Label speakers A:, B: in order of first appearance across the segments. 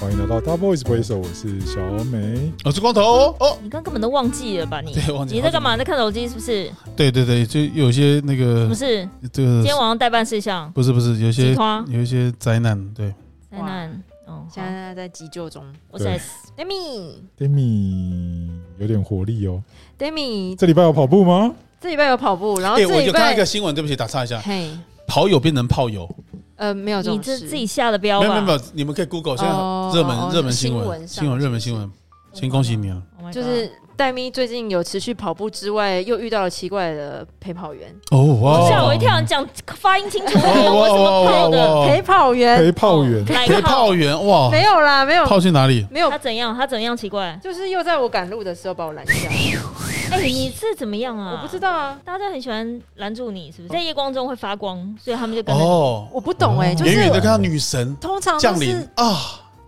A: 欢迎来到 Double Voice 回首，我是小美。
B: 我是光头哦哦，
C: 你刚根本都忘记了吧？你
B: 对忘记
C: 你在干嘛？你在看手机是不是？
B: 对对对，就有些那个
C: 不是，
B: 这
C: 今
B: 个
C: 天晚上代办事项，
B: 不是不是，有
C: 集
B: 些
C: 团
B: 有一些灾难，对，
C: 灾难。哦，好
D: 现在在急救中。
C: 我在
D: d e m i
A: Demi 有点活力哦，
D: d e m i
A: 这礼拜有跑步吗？
D: 这礼拜有跑步，然后
B: 哎，
D: 这
B: 我
D: 礼
B: 有看到
D: 拜
B: 一个新闻，对不起，打岔一下，
D: 嘿，
B: 跑友变成炮友，
D: 呃，没有这
C: 你
D: 种
C: 这
D: 事，
C: 自己下的标
B: 没有没
C: 吧
B: 有没有，你们可以 Google 现在
D: 哦
B: 热门
D: 哦
B: 热门新
D: 新
B: 闻
D: 闻上
B: 新闻
D: 是
B: 热
D: 不
B: 门
D: 是
B: 新闻，先恭喜你啊！
C: 哦 Oh my god
D: 就是戴咪最近有持续跑步之外，又遇到了奇怪的陪跑员，
B: 哦哇
C: 吓我一跳！你讲发音清楚一点，
B: 哇
C: 为什么
B: 哇
C: 跑
B: 哇
C: 的？
B: 哇！
D: 陪跑
C: 呃
D: 员
A: 陪炮员
C: 哪
B: 哦陪
C: 个
B: 炮员哇，
D: 没有啦，没有，
B: 炮去哪里？
D: 没有
C: 他，怎样？他怎样奇怪？
D: 就是又在我赶路的时候把我拦下，
C: 哎，你是怎么样啊？
D: 我不知。道哦啊，
C: 大家很喜欢拦住你，是不是？在夜光中会发光，所以他们就跟着你。
B: 哦，
D: 我不懂哎，
A: 哦
D: 就是
B: 远远的看到女神
D: 通常都
B: 降临嗯
D: 是
B: 啊，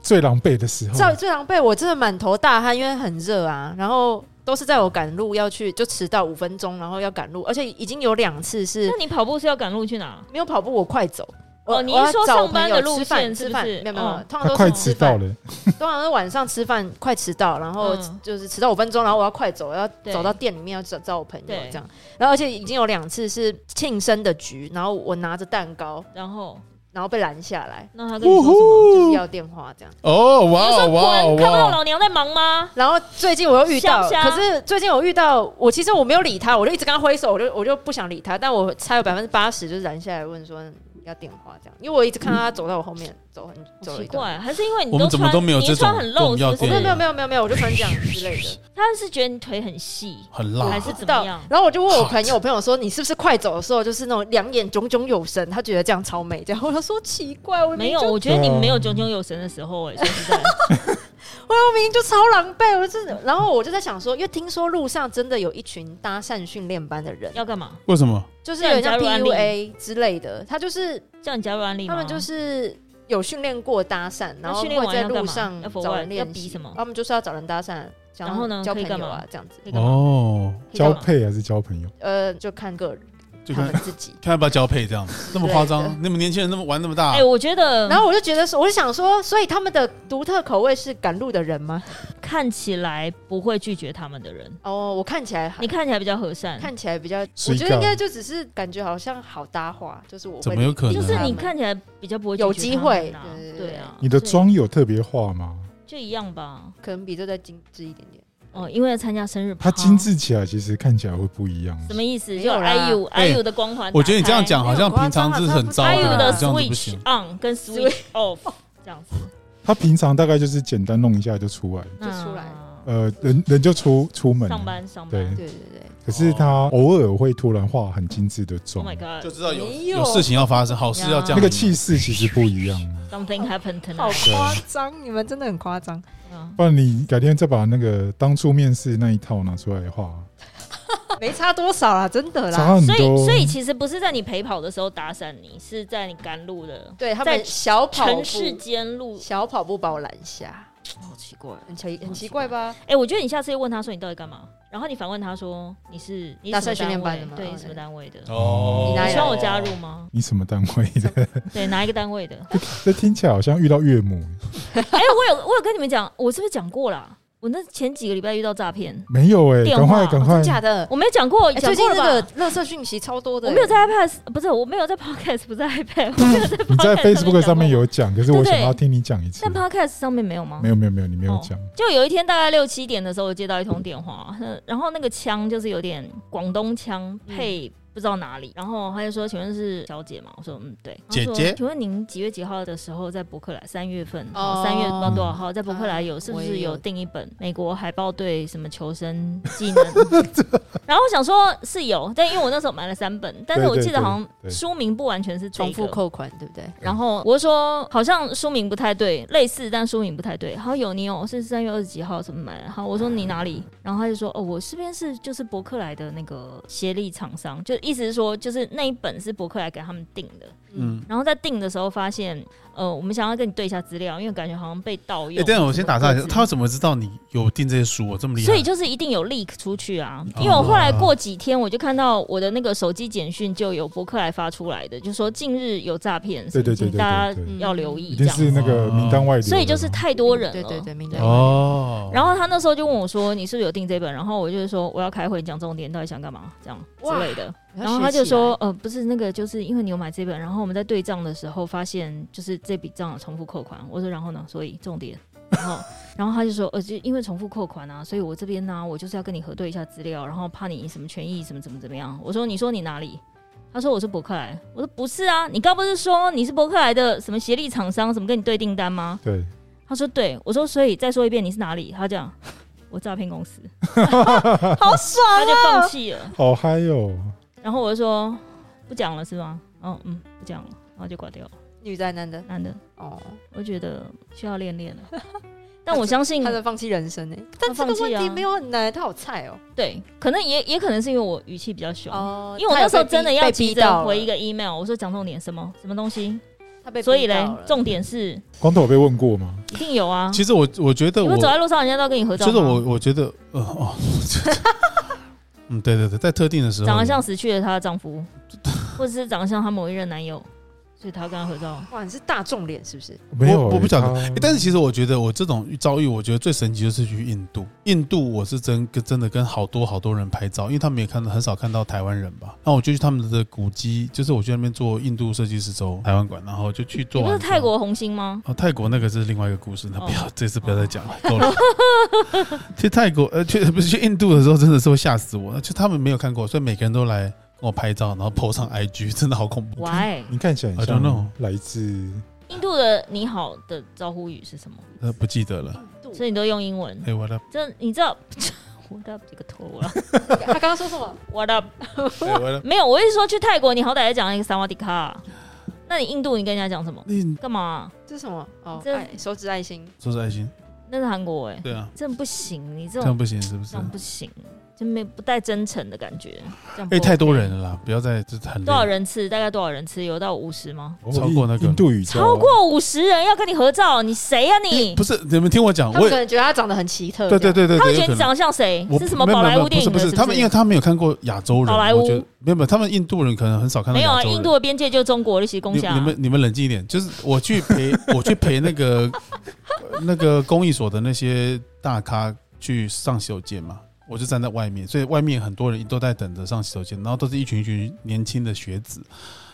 A: 最狼狈的时候，
D: 最最狼狈，我真的满头大汗，因为很热啊，然后。都是在我赶路要去，就迟到五分钟，然后要赶路，而且已经有两次是
C: 那你跑步是要赶路去哪？
D: 没有跑步，我快走。
C: 哦
D: 我
C: 你
D: 我要
C: 是说
D: 找
C: 上班
D: 朋友
C: 的路
D: 吃饭
C: 线是
D: 吃
C: 不
D: 饭
C: 是
D: 没有没有，没有
C: 嗯
D: 通
A: 他
D: 常都
A: 快
D: 是
A: 迟
D: 吃
A: 到
D: 饭，
A: 了，
D: 通常是晚上吃饭快迟到，然后
C: 嗯
D: 就是迟到五分钟，然后我要快走，要
C: 对
D: 走到店里面要找找我朋友
C: 对
D: 这样。然后而且已经有两次是庆生的局，然后我拿着蛋糕，
C: 然后，
D: 然后被拦下来，
C: 那他跟你说什么？
D: 就是要电话这样。
B: 哦哇
C: 你就
B: 哦
C: 说
B: 哇哦
C: 滚！看不到
B: 哇哦！
C: 老娘在忙吗？
D: 然后最近我又遇到，
C: 香香
D: 可是最近我遇到我其实我没有理他，我就一直跟他挥手，我就我就不想理他，但我猜有百分之八十就是拦下来问说要电话这样，因为我一直看他走到我后面走很走
C: 好
D: 了
C: 奇
D: 一段
C: 怪，还是因为你
B: 我们
C: 都
B: 怎么
C: 穿，
B: 都没有
C: 你
B: 这
C: 穿
B: 种
C: 很
B: 这种
C: 露，是
B: 要
C: 不
D: 我
C: 是
D: 哦没有
B: 电
D: 没有没有没有没有，我就 穿这样之类的，
C: 他是觉得你腿很细，
B: 很
D: 我
B: 辣
C: 还
D: 还
C: 是
D: 是
C: 怎
D: 知
C: 么
D: 道
C: 样。
D: 然后我就问我朋友，我朋友说你是不是快走的时候就是那种两眼炯炯有神，他觉得这样超美，这样我就说奇怪，我明
C: 没
D: 明
C: 有，
D: 就
C: 我觉得
A: 对
C: 你
A: 啊
C: 没有炯炯
B: 嗯
C: 有神的时候、哎，说实在，
D: 我明明就超狼狈，我真的。然后我就在想说，因为听说路上真的有一群搭讪训练班的人，
C: 要干嘛？
B: 为什么？
D: 就是有点像
C: 叫人家入
D: PUA 之类的，他就是
C: 叫你加入安利吗？
D: 他们就是有训练过搭讪，然后
C: 训练
D: 会
C: 完
D: 在
C: 要干
D: 路
C: 嘛
D: 上
C: 要 for
D: 找
C: what？
D: 人练
C: 要比
D: 习
C: 什么
D: 他们就是要找人搭讪，想
C: 然后呢
D: 交
C: 可以
D: 朋友
C: 干嘛
D: 啊这样子，
C: 可以干嘛
B: 哦，
C: 可以干
A: 交
C: 嘛
A: 配还是交朋友？
C: 哦
D: 呃，就看个人，
B: 就
D: 他
B: 看
D: 们自己。
B: 看要不要交 配这样，那么夸张
D: 对？
B: 你们年轻人那么玩那么大
C: 哎、？我觉得，
D: 然后我就觉得说，我就想说，所以他们的独特口味是赶路的人吗？
C: 看起来不会拒绝他们的人，
D: 哦，我看起来还
C: 你看起来比较和善，
D: 看起来比较，
A: 水
D: 我觉
A: 饺
D: 得应该就只是感觉好像好搭话，就是我会
B: 怎么有可能
C: 就
B: 啊
C: 是你看起来比较不会拒绝
D: 有机会
C: 他们啊
D: 对对对
C: 对哦啊，
A: 你的
C: 所以
A: 妆有特别化吗？
C: 就一样吧。
D: 可能比这再精致一点点。
C: 哦，因为要参加生日，
A: 它精。致起来，其实看起来会不一样。
C: 什么意思？
D: 没
C: 就
D: 有啦
C: IU
B: 哎
C: IU 的光环打开，
B: 我觉得你这样讲好像
D: 没有
B: 平常就是很糟
D: 夸张
C: ，IU
D: 啊
C: 的
B: 的，这样子不
C: Switch
B: 行。
C: on 跟 Switch off
D: 哦
C: 这样子
A: 他平常大概就是简单弄一下就出来，
D: 就出来
C: 那
A: 呃，人人就出出门了
C: 上。班上
A: 对
C: 班。
D: 对对对，
A: 可是他偶尔会突然化很精致的
C: Oh
A: 妆，
C: my god，
B: 就知道有
D: 没有
B: 有事情要发生，好事要降临。
A: 那个气势其实不一样。
C: Something happened
D: 好
C: tonight。
D: 夸张，你们真的很夸张。
C: 嗯
A: 不然你改天再把那个当初面试那一套拿出来画，
D: 没差多少啦，真的啦。
A: 差很
C: 所以，
A: 多。
C: 所以其实不是在你陪跑的时候打散你，是在你赶路的
D: 对他
C: 在
D: 们小跑步
C: 城，市间路。
D: 小跑步把我拦下，
C: 好奇怪，
D: 很奇很奇怪吧？
C: 哎、我觉得你下次要问他说你到底干嘛，然后你反问他说你是你是
D: 搭
C: 什么
D: 讪训练班
C: 单位
D: 的吗
C: 对，
D: 哦
C: 你什么单位的？
B: 哦
D: 你哪
C: 你
D: 里
C: 希
D: 来
C: 望
D: 的
C: 我加入吗？
A: 你什么单位的？
C: 对，哪一个单位的？
A: 这听起来好像遇到岳母，
C: 哎、我有我有跟你们讲，我是不是讲过啦？我那前几个礼拜遇到诈骗，
A: 没有哎、
C: 电
A: 赶
C: 话
A: 快赶
D: 哦
A: 快
D: 真，假的？
C: 我没有讲过，
D: 哎
C: 讲
D: 最近
C: 过了
D: 那
C: 吧？
D: 个垃圾讯息超多的，
C: 我没有在 iPad，不是我没有在 Podcast，不是 iPad，我没有在 Podcast
A: 你在 Facebook 上
C: 上
A: 面
C: 面讲过，
A: 有讲，可是我
C: 对对
A: 想要听你讲一次
C: 但。Podcast 上面没有吗？
A: 没有没有没有，你没有讲。
C: 就有一天大概六七点的时候，我接到一通电话，呃然后那个腔就是有点广东腔
D: 嗯
C: 配。不知道哪里，然后他就说：“请问是小姐吗？”我说：“嗯，对。”他说
B: 姐姐
C: 请问您几月几号的时候在伯克莱？三月份，
D: 哦
C: 哦，三月不知道多少号，在伯克莱有
D: 啊
C: 是不
D: 我也
C: 是有
D: 有
C: 订一本美国海豹队什么求生技 能？然后我想说是有，但因为我那时候买了三本，但是我
A: 对对
C: 记得好像
A: 对
C: 书名不完全是这
D: 重复
C: 个
D: 扣款，对不对？
C: 然后我就说好像书名不太对，类似但书名不太对。好有你有是三月二十几号什么买的？好，我说你哪里？然后他就说哦，我这边是就是伯克莱的那个协力厂商，就意思是说就是那一本是伯克莱给他们订的。
B: 嗯，
C: 然后在订的时候发现，呃，我们想要跟你对一下资料，因为感觉好像被盗用。
B: 哎，等等，我先打岔一下，
C: 各自
B: 他怎么知道你有订这些书？我这么厉害，
C: 所以就是一定有 leak 出去啊，
B: 哦
C: 因为我后来过几天我就看到我的那个手机简讯就有博客来发出来的，就说近日有诈骗，
A: 对对对
C: 请大
A: 对
C: 家
A: 对
D: 对
C: 要留
A: 一
C: 意这
A: 定
C: 样
A: 是
C: 子。
A: 那个名单外流的啦，
C: 所以就是太多人了，
D: 对对对，明白。
B: 哦，
C: 然后他那时候就问我说：“你是不是有订这本？”然后我就说：“我要开会，你讲重点，到底想干嘛？”这样之类的。
D: 哇
C: 然后他就说：“呃，不是那个，就是因为你有买这本，然后我们在对账的时候发现，就是这笔账有重复扣款。”我说：“然后呢？所以重点。”然后，然后他就说：“呃，就因为重复扣款啊，所以我这边呢、我就是要跟你核对一下资料，然后怕你什么权益什么怎么怎么样。”我说：“你说你哪里？”他说：“我是伯克莱。”我说：“不是啊，你刚不是说你是伯克莱的什么协力厂商，怎么跟你对订单吗？”
A: 对，
C: 他说对，我说所以再说一遍你是哪里？他讲 我诈骗公司， 好爽、啊他就放弃了。
A: 好哦嗨哟！
C: 然后我就说不讲了是吗？哦嗯，不讲了，然后就挂掉了。
D: 女在男的
C: 男的，
D: 哦，
C: 我觉得需要练 练了，但我相信
D: 他在放弃人生呢、但这
C: 放
D: 个
C: 弃
D: 问题
C: 啊
D: 没有很难，他好菜哦、
C: 对，可能也也可能是因为我语气比较凶。
D: 哦
C: 因为我那时候真的要急着回一
D: 个，
C: 个 email，我说讲重点什么什么东西，
D: 他被逼
C: 所以嘞
D: 到了，
C: 重点是
A: 光头有被问过吗？
C: 一定有啊。
B: 其实我我觉得
C: 你
B: 我
C: 会走在路上，人家都要跟你合照
B: 就是我
C: 吗？
B: 我觉得呃哦， 嗯，对对对，在特定的时候
C: 长得像死去的她的丈夫，或者是长得像她某一任男友，所以她要跟他合照。
D: 哇，你是大众脸是不是？
A: 没有欸，
B: 我不晓得
A: 他
B: 欸但是其实我觉得我这种遭遇，我觉得最神奇就是去印度。印度我是真跟真的跟好多好多人拍照，因为他们也看到很少看到台湾人吧。那我就去他们的古迹，就是我去那边做印度设计师周台湾馆，然后 就去做
C: 你
B: 完
C: 不
B: 之
C: 是
B: 后。
C: 泰国红星吗？
B: 哦，泰国那个是另外一个故事，那不要、
C: 哦
B: 这次不要再讲了，够 了。去泰国呃，去不是去印度的时候，真的是会吓死我。就他们没有看过，所以每个人都来跟我拍照，然后 PO 上 IG，真的好恐怖。
C: 喂，
A: 你看起来很
B: I don't know
A: 像来自
C: 印度的你好的招呼语是什么？
B: 呃，不记得了。
C: 所以你都用英文
B: 哎、。我的，
C: 这你知道？What up？这个头啊
D: 他刚刚说什么？
C: ！What up？
B: 哎 我的，
C: 没有，我是说去泰国，你好歹也讲一个萨瓦迪卡。那你印度，你跟人家讲什么？
B: 那
C: 干嘛啊、
D: 这是什么？哦，
C: 这
D: 爱手指爱心，
B: 说是爱心，
C: 那是韩国哎、
B: 对啊，
C: 真的不行，你这
B: 这
C: 种
B: 样不行是不是
C: 这？样不行，就没不带真诚的感觉。这样不
B: 哎、太多
C: OK
B: 人了啦，不要再这很累
C: 多少人次？大概多少人次？有到五十吗？
A: 哦
B: 超过那个
A: 印度语
B: 啊
A: 教
C: 超过五十人要跟你合照，你谁呀、你？
B: 不是你们听我讲，
D: 他
B: 我
D: 们
B: 也
D: 可能觉得他长得很奇特，
B: 对对对对
C: 他会
B: 对，有
C: 觉得
B: 可
C: 你长
B: 能。
C: 得像谁？
B: 我
C: 是什么
B: 没有
C: 宝莱
B: 没有
C: 坞电影
B: 不
C: 的？
B: 是不是，
C: 不
B: 他们因为他没有看过亚洲人，
C: 宝莱坞
B: 我觉得没有啊没有，他们印度人可能很少看到
C: 没有
B: 亚
C: 啊，
B: 洲人。
C: 印度的边界就是中国的其攻
B: 你
C: 下
B: 你
C: 啊。
B: 们你们冷静一点，就是我去 陪我去陪那个呃那个公益所的那些大咖去上洗手间嘛，我就站在外面，所以外面很多人都在等着上洗手间，然后都是一群一群年轻的学子，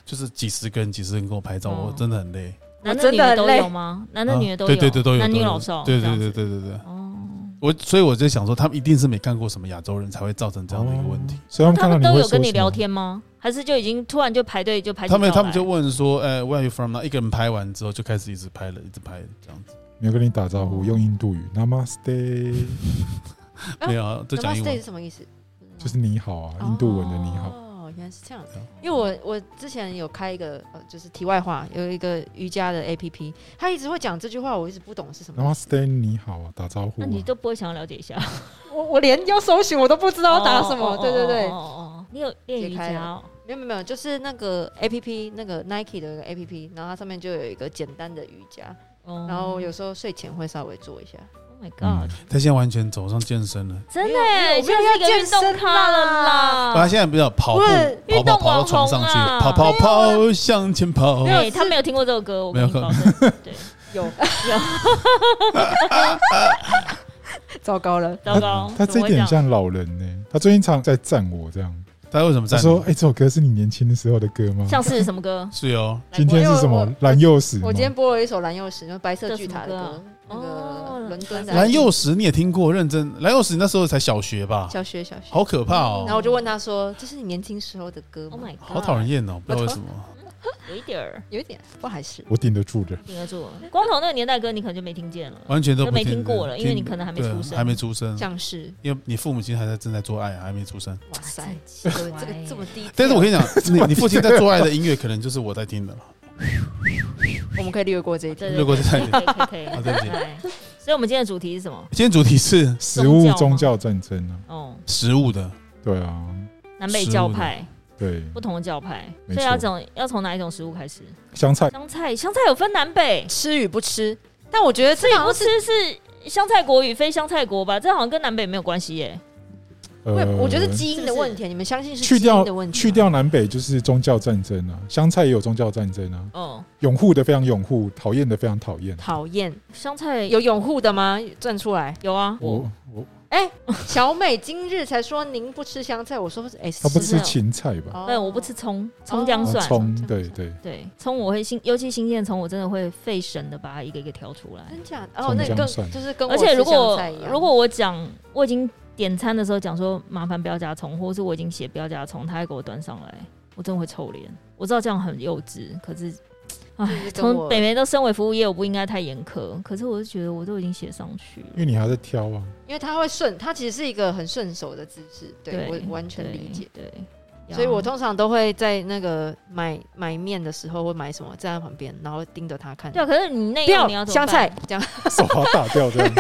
B: 就是几十个人几十个人跟我拍照，
C: 哦
B: 我真的很累。
C: 男的
D: 哦真
C: 女
D: 的
C: 的
D: 很
C: 都
D: 累
C: 有吗？男的
B: 啊
C: 女的都有，
B: 对对对都有
C: 男
B: 都
C: 女
B: 有
C: 老少，
B: 对
C: 这
B: 对
C: 样
B: 对
C: 子。
B: 对对对，
C: 哦，
B: 我所以我就想说，他们一定是没看过什么亚洲人才会造成这样的一个问题。。
A: 哦所以他们
C: 他
A: 看到
C: 们
A: 你
C: 都
A: 会
C: 有
A: 说
C: 跟你
A: 什么
C: 聊，天吗？还是就已经突然就排队就排起
B: 他们
C: 照
B: 他
C: 来
B: 们就问说，哎、w h e r e are you from？那一个人拍完之后就开始一直拍了，一直拍这样子，
A: 没有跟你打招呼，用印度
C: 哦
A: 语 Namaste，
D: 啊
B: 没有啊都讲英
D: Namaste
B: 文
D: 是。什么意思？
A: 就是你好啊，印度文的你好。
D: 哦，原来是这样
B: 对啊。
D: 因为我我之前有开一个呃，就是题外话，有一个瑜伽的 A P P，他一直会讲这句话，我一直不懂是什么意思。
A: Namaste，你好啊，打招呼
C: 那
A: 啊。
C: 你都不会想要了解一 下？
D: 我我连要搜寻我都不知道要打什
C: 哦
D: 么。对对，
C: 哦
D: 对
C: 哦，哦哦你有练瑜
D: 解开
C: 伽
D: 了
C: 哦？
D: 没有没有没有，就是那个 A P P，那个 Nike 的 A P P，然后它上面就有一个简单的瑜伽，
C: 哦
D: 然后有时候睡前会稍微做一下。
C: ，Oh my God，
B: 他现在完全走上健身了。
C: 真的
D: 没
C: 耶，
D: 有
C: 现在是一
D: 没有
C: 个
D: 要
C: 运动
D: 健身
C: 咖了
D: 啦
B: 他
C: 啦。
B: 现在比较跑步
D: 对，
B: 跑
C: 啊运
B: 跑
C: 动
B: 跑到
C: 网
B: 床
C: 红
B: 上去，
C: 啊
B: 跑跑跑向前跑。
D: 没有
C: 哎，他没有听过这首歌，我
B: 没
C: 跟
B: 有
C: 你保 证。对，
D: 有 糟糕了，
C: 糟糕，
A: 他这
C: 怎么
A: 一
C: 会
A: 点
C: 样
A: 像老人呢，他最近常在赞我这样，
B: 他为什么
A: 他
B: 站？
A: 说：“哎，这首歌是你年轻的时候的歌吗
C: 像是什 么歌？
B: 是哦，
A: 今天是什
D: 我
A: 么
D: 我
A: 蓝幼时吗？”
D: 我今天播了一首蓝幼石，就是白色
C: 这
D: 巨
C: 什么
D: 塔的
C: 歌啊
D: 歌，那
C: 哦
D: 个伦敦的
B: 蓝幼时你也听过，认真。蓝幼时那时候才小学吧，
D: 小学小学。
B: 好可怕
D: 然
C: 嗯
D: 后
B: 哦，
D: 我就问他说：“这是你年轻时候的歌吗
C: Oh my god，
B: 好讨人厌哦，不知道为什么。
C: 有一点儿
D: 有一点不还是
A: 我顶得住的。
C: 顶得住。光头那个年代歌你可能就没听见了，
B: 完全都不呃
C: 都没听过了因为你可能还没
B: 对啊
C: 出生
B: 还没出生，
D: 像是
B: 因为你父母亲还在正在做爱，还没出 生。
D: 哇塞，
C: 奇
D: 这
C: 怪
D: 个这个这么低调。
B: 但是我跟你讲，你你父亲在做爱的音乐，可能就是我在听的 了。
D: 我们可以略过这
C: 对
D: 一题。
C: 对对
B: 略过这
C: 可以
B: 段
C: 可以可以
B: 好啊对不起
C: 来所以我们今天的主题是什么？
B: 今天主题是
A: 食物
C: 宗
A: 宗
C: 教
A: 教战争啊，
C: 哦，
B: 食物的，
A: 对啊，
C: 南北教派。
A: 对，
C: 不同的教派，
A: 没
C: 所以要
A: 错
C: 从要从哪一种食物开始？
A: 香菜
C: 香菜，香菜有分南北，
D: 吃与不吃。但我觉得这
C: 这
D: 好
C: 不
D: 像是
C: 吃是香菜国与非香菜国吧？这好像跟南北没有关系耶。
D: 我也
A: 呃，
D: 我觉得是基因的
C: 是不是
D: 问题，你们相信是
A: 去
D: 基因
A: 掉
D: 的问题吗？
A: 去掉南北就是宗教战争啊，香菜也有宗教战争啊，
C: 哦，
A: 拥护的非常拥护，讨厌的非常讨厌。
D: 讨厌，
C: 香菜有
D: 有拥护的吗？站 出来！
C: 有啊，
A: 我我
D: 哎，小美今日才说您不吃香菜，我说哎，
A: 他不
C: 是
A: 吃
C: 哦
A: 芹菜吧？
D: 哦
C: 但我不吃葱，葱姜
A: 啊
C: 蒜，
A: 葱
D: 葱
A: 对
D: 蒜
A: 对，
C: 对葱我会新，尤其新鲜的葱，我真的会费神的把它一个一个挑出来。
D: 真假的哦，那你
A: 葱姜
D: 更
A: 蒜
D: 就是跟我
C: 而且
D: 吃
C: 如
D: 香
C: 果
D: 菜一样
C: 如果我讲我已经点餐的时候讲说麻烦不要加葱，或是我已经写不要加葱，他还给我端上来，我真的会臭脸。我知道这样很幼稚，可是，
D: 就是
C: 唉，
D: 跟我
C: 从北梅都身为服务业，我不应该太严苛。可是我就觉得我都已经写上去
A: 因为
C: 了，
D: 嗯
A: 你还在挑啊，
D: 因为它会顺，它其实是一个很顺手的姿势，对我完全理解。，
C: 对，对
D: 所以我
C: 呀
D: 通常都会在那个买买面的时候，会买什么站在旁边，然后盯着他看。
C: 对啊，可是你那
D: 不
C: 样
D: 要
C: 你要怎么
D: 香菜
C: 办，
D: 这样
A: 手把它打掉 这样。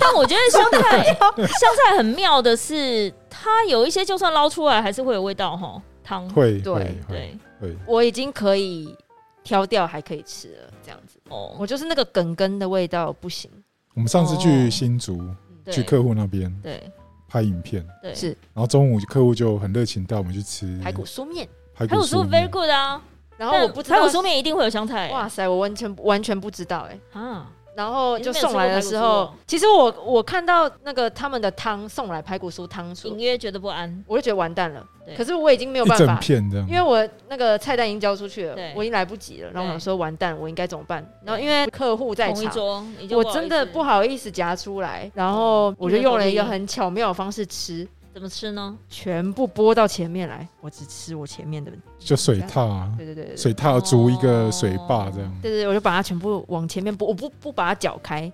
C: 但我觉得香菜香菜很妙的是，它有一些就算捞出来还是会有味道哈，汤
A: 会
D: 对
A: 会会
C: 对
A: 会，
D: 我已经可以挑掉，还可以吃了，这样子。
C: 哦，
D: 我就是那个梗根的味道不行，
A: 我们上次
C: 哦
A: 去新竹
C: 对
A: 去客户那边
C: 对
A: 拍影片，然
C: 对
D: 是
A: 后中午客户就很热情带我们去吃
D: 排骨酥面。
A: 排
C: 还有
A: 骨
C: 说
A: 酥
C: very
A: 面，
C: good 啊，
D: 然后我不知道
C: 排骨酥面一定会有香菜、
D: 哇
C: 哇
D: 塞，我完全完全不知道哎、
C: 啊，
D: 然后
C: 你
D: 就是
C: 没有
D: 送来的
C: 吃
D: 时
C: 过排骨酥
D: 候
C: 哦，
D: 其实我我看到那个他们的汤送来排骨酥汤
C: 隐
D: 出，
C: 约觉得不安。
D: 我就觉得完蛋了
C: 嗯对。
D: 可是我已经没有
A: 一
D: 办
A: 整
D: 法，
A: 片这样
D: 因。为我那个菜单已经交出去了
C: 对，
D: 我已经来不及了。然后我
C: 对
D: 想说完蛋，我应该怎么办？然后
C: 对
D: 因为客户在
C: 同一
D: 场，
C: 桌，你就
D: 我
C: 不好意
D: 真的
C: 思嗯
D: 不好意思夹出来，然后我就用了一个很巧妙的方式吃，
C: 怎么吃呢？
D: 全部拨到前面来，我只吃我前面的。
A: 就水獭啊，
D: 对对哦对对对
A: 水獭筑一个水坝这样。
D: 对对，我就把它全部往前面拨，我不不把它搅开，
C: 哦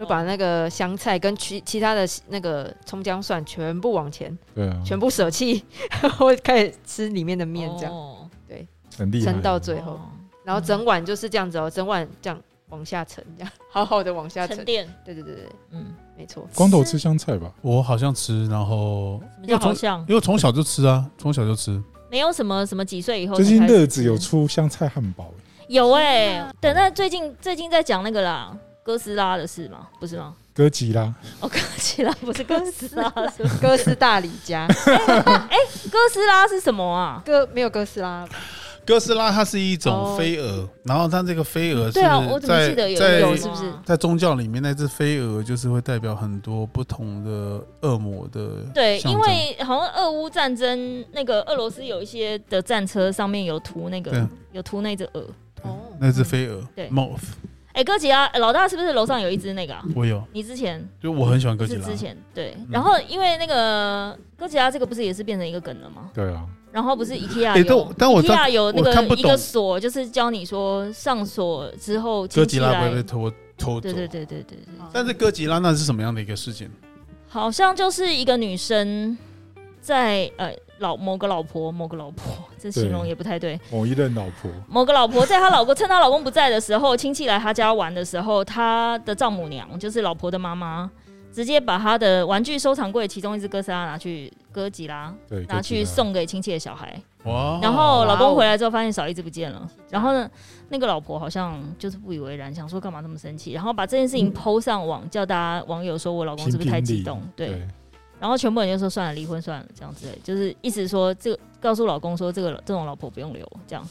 D: 就把那个香菜跟其其他的那个葱姜蒜全部往前，
A: 对啊，
D: 全部舍弃， 我开始吃里面的面这样，
C: 样，
A: 很厉害。
D: 撑到最后。
C: 哦
D: 然后整碗就是这样子哦，整碗这样往下沉，这样 好好的往下沉
C: 沉。淀，
D: 对对对对，
C: 嗯，
D: 没错。
A: 光头吃香菜吧，
B: 我好像吃，然后
C: 什么
B: 因
C: 叫
B: 为
C: 好
B: 从
C: 像
B: 因为我从小就吃啊，从小就吃，
C: 没有什么什么几岁以后才
A: 最
C: 开始吃。
A: 近乐子有出香菜汉堡，欸
C: 有哎、
D: 天啊
C: 等那最近最近在讲那个啦，哥斯拉的事嘛，不是吗？
A: 哥吉拉
C: 哦， 哥斯拉不是哥斯拉， 是吧
D: 哥斯大黎加，
C: 哥斯拉是什么啊？
D: 哥没有哥斯 拉，
B: 哥斯拉它是一
D: 哦
B: 种飞蛾，然后它这个飞蛾是
C: 对啊，我怎么
B: 在
C: 记得有
B: 在
C: 有
D: 是不是
B: 在宗教里面，那只飞蛾就是会代表很多不同的恶魔的
C: 对，
B: 象
C: 因
B: 征
C: 为好像俄乌战争，那个俄罗斯有一些的战车上面有涂那
B: 对啊
C: 个，有涂那只鹅。
D: 哦
B: 那只飞蛾
C: 对
B: moth，
C: 哎、哥吉拉、老大是不是楼上有一只那个、啊？
B: 我有，
C: 你之前
B: 就我很喜欢
C: 不
B: 哥吉
C: 是
B: 拉嗯
C: 之，前对，然后因为那个哥吉拉这个不是也是变成一个梗了吗？
A: 对啊，
C: 然后不是 IKEA
B: 哎但
C: 有、
B: 我但我当
C: IKEA 有那
B: 我看
C: 个
B: 不
C: 一
B: 懂
C: 个锁，就是教你说上锁之后
B: 哥
C: 亲戚
B: 吉拉
C: 来，
B: 不会被偷偷走
C: 对。对对对对对，
B: 但是哥吉拉那是什么样的一个事情？
C: 好像就是一个女生在呃老某个老婆某个老婆，这形容
A: 对
C: 也不太对，
A: 某一任老婆
C: 某个老婆在她老公趁她老公不在的时候，亲戚来她家玩的时候，她的丈母娘就是老婆的妈妈，直接把她的玩具收藏柜其中一只哥斯拉拿去哥吉哎拉哦啊
A: 对
C: 拿去，
A: 哥吉拉
C: 送给亲戚的小孩，
B: 哇！
C: 然后老公回来之后发现少一只不见了，然后呢，那个老婆好像就是不以为然，想说干嘛那么生气，然后把这件事情抛上网，叫大家网友说我老公是不是太激动
A: 评评？理
C: 嗯对，然后全部人就说算了，离婚算了，这样之类，就是意思说这个告诉老公说这个这种老婆不用留这样，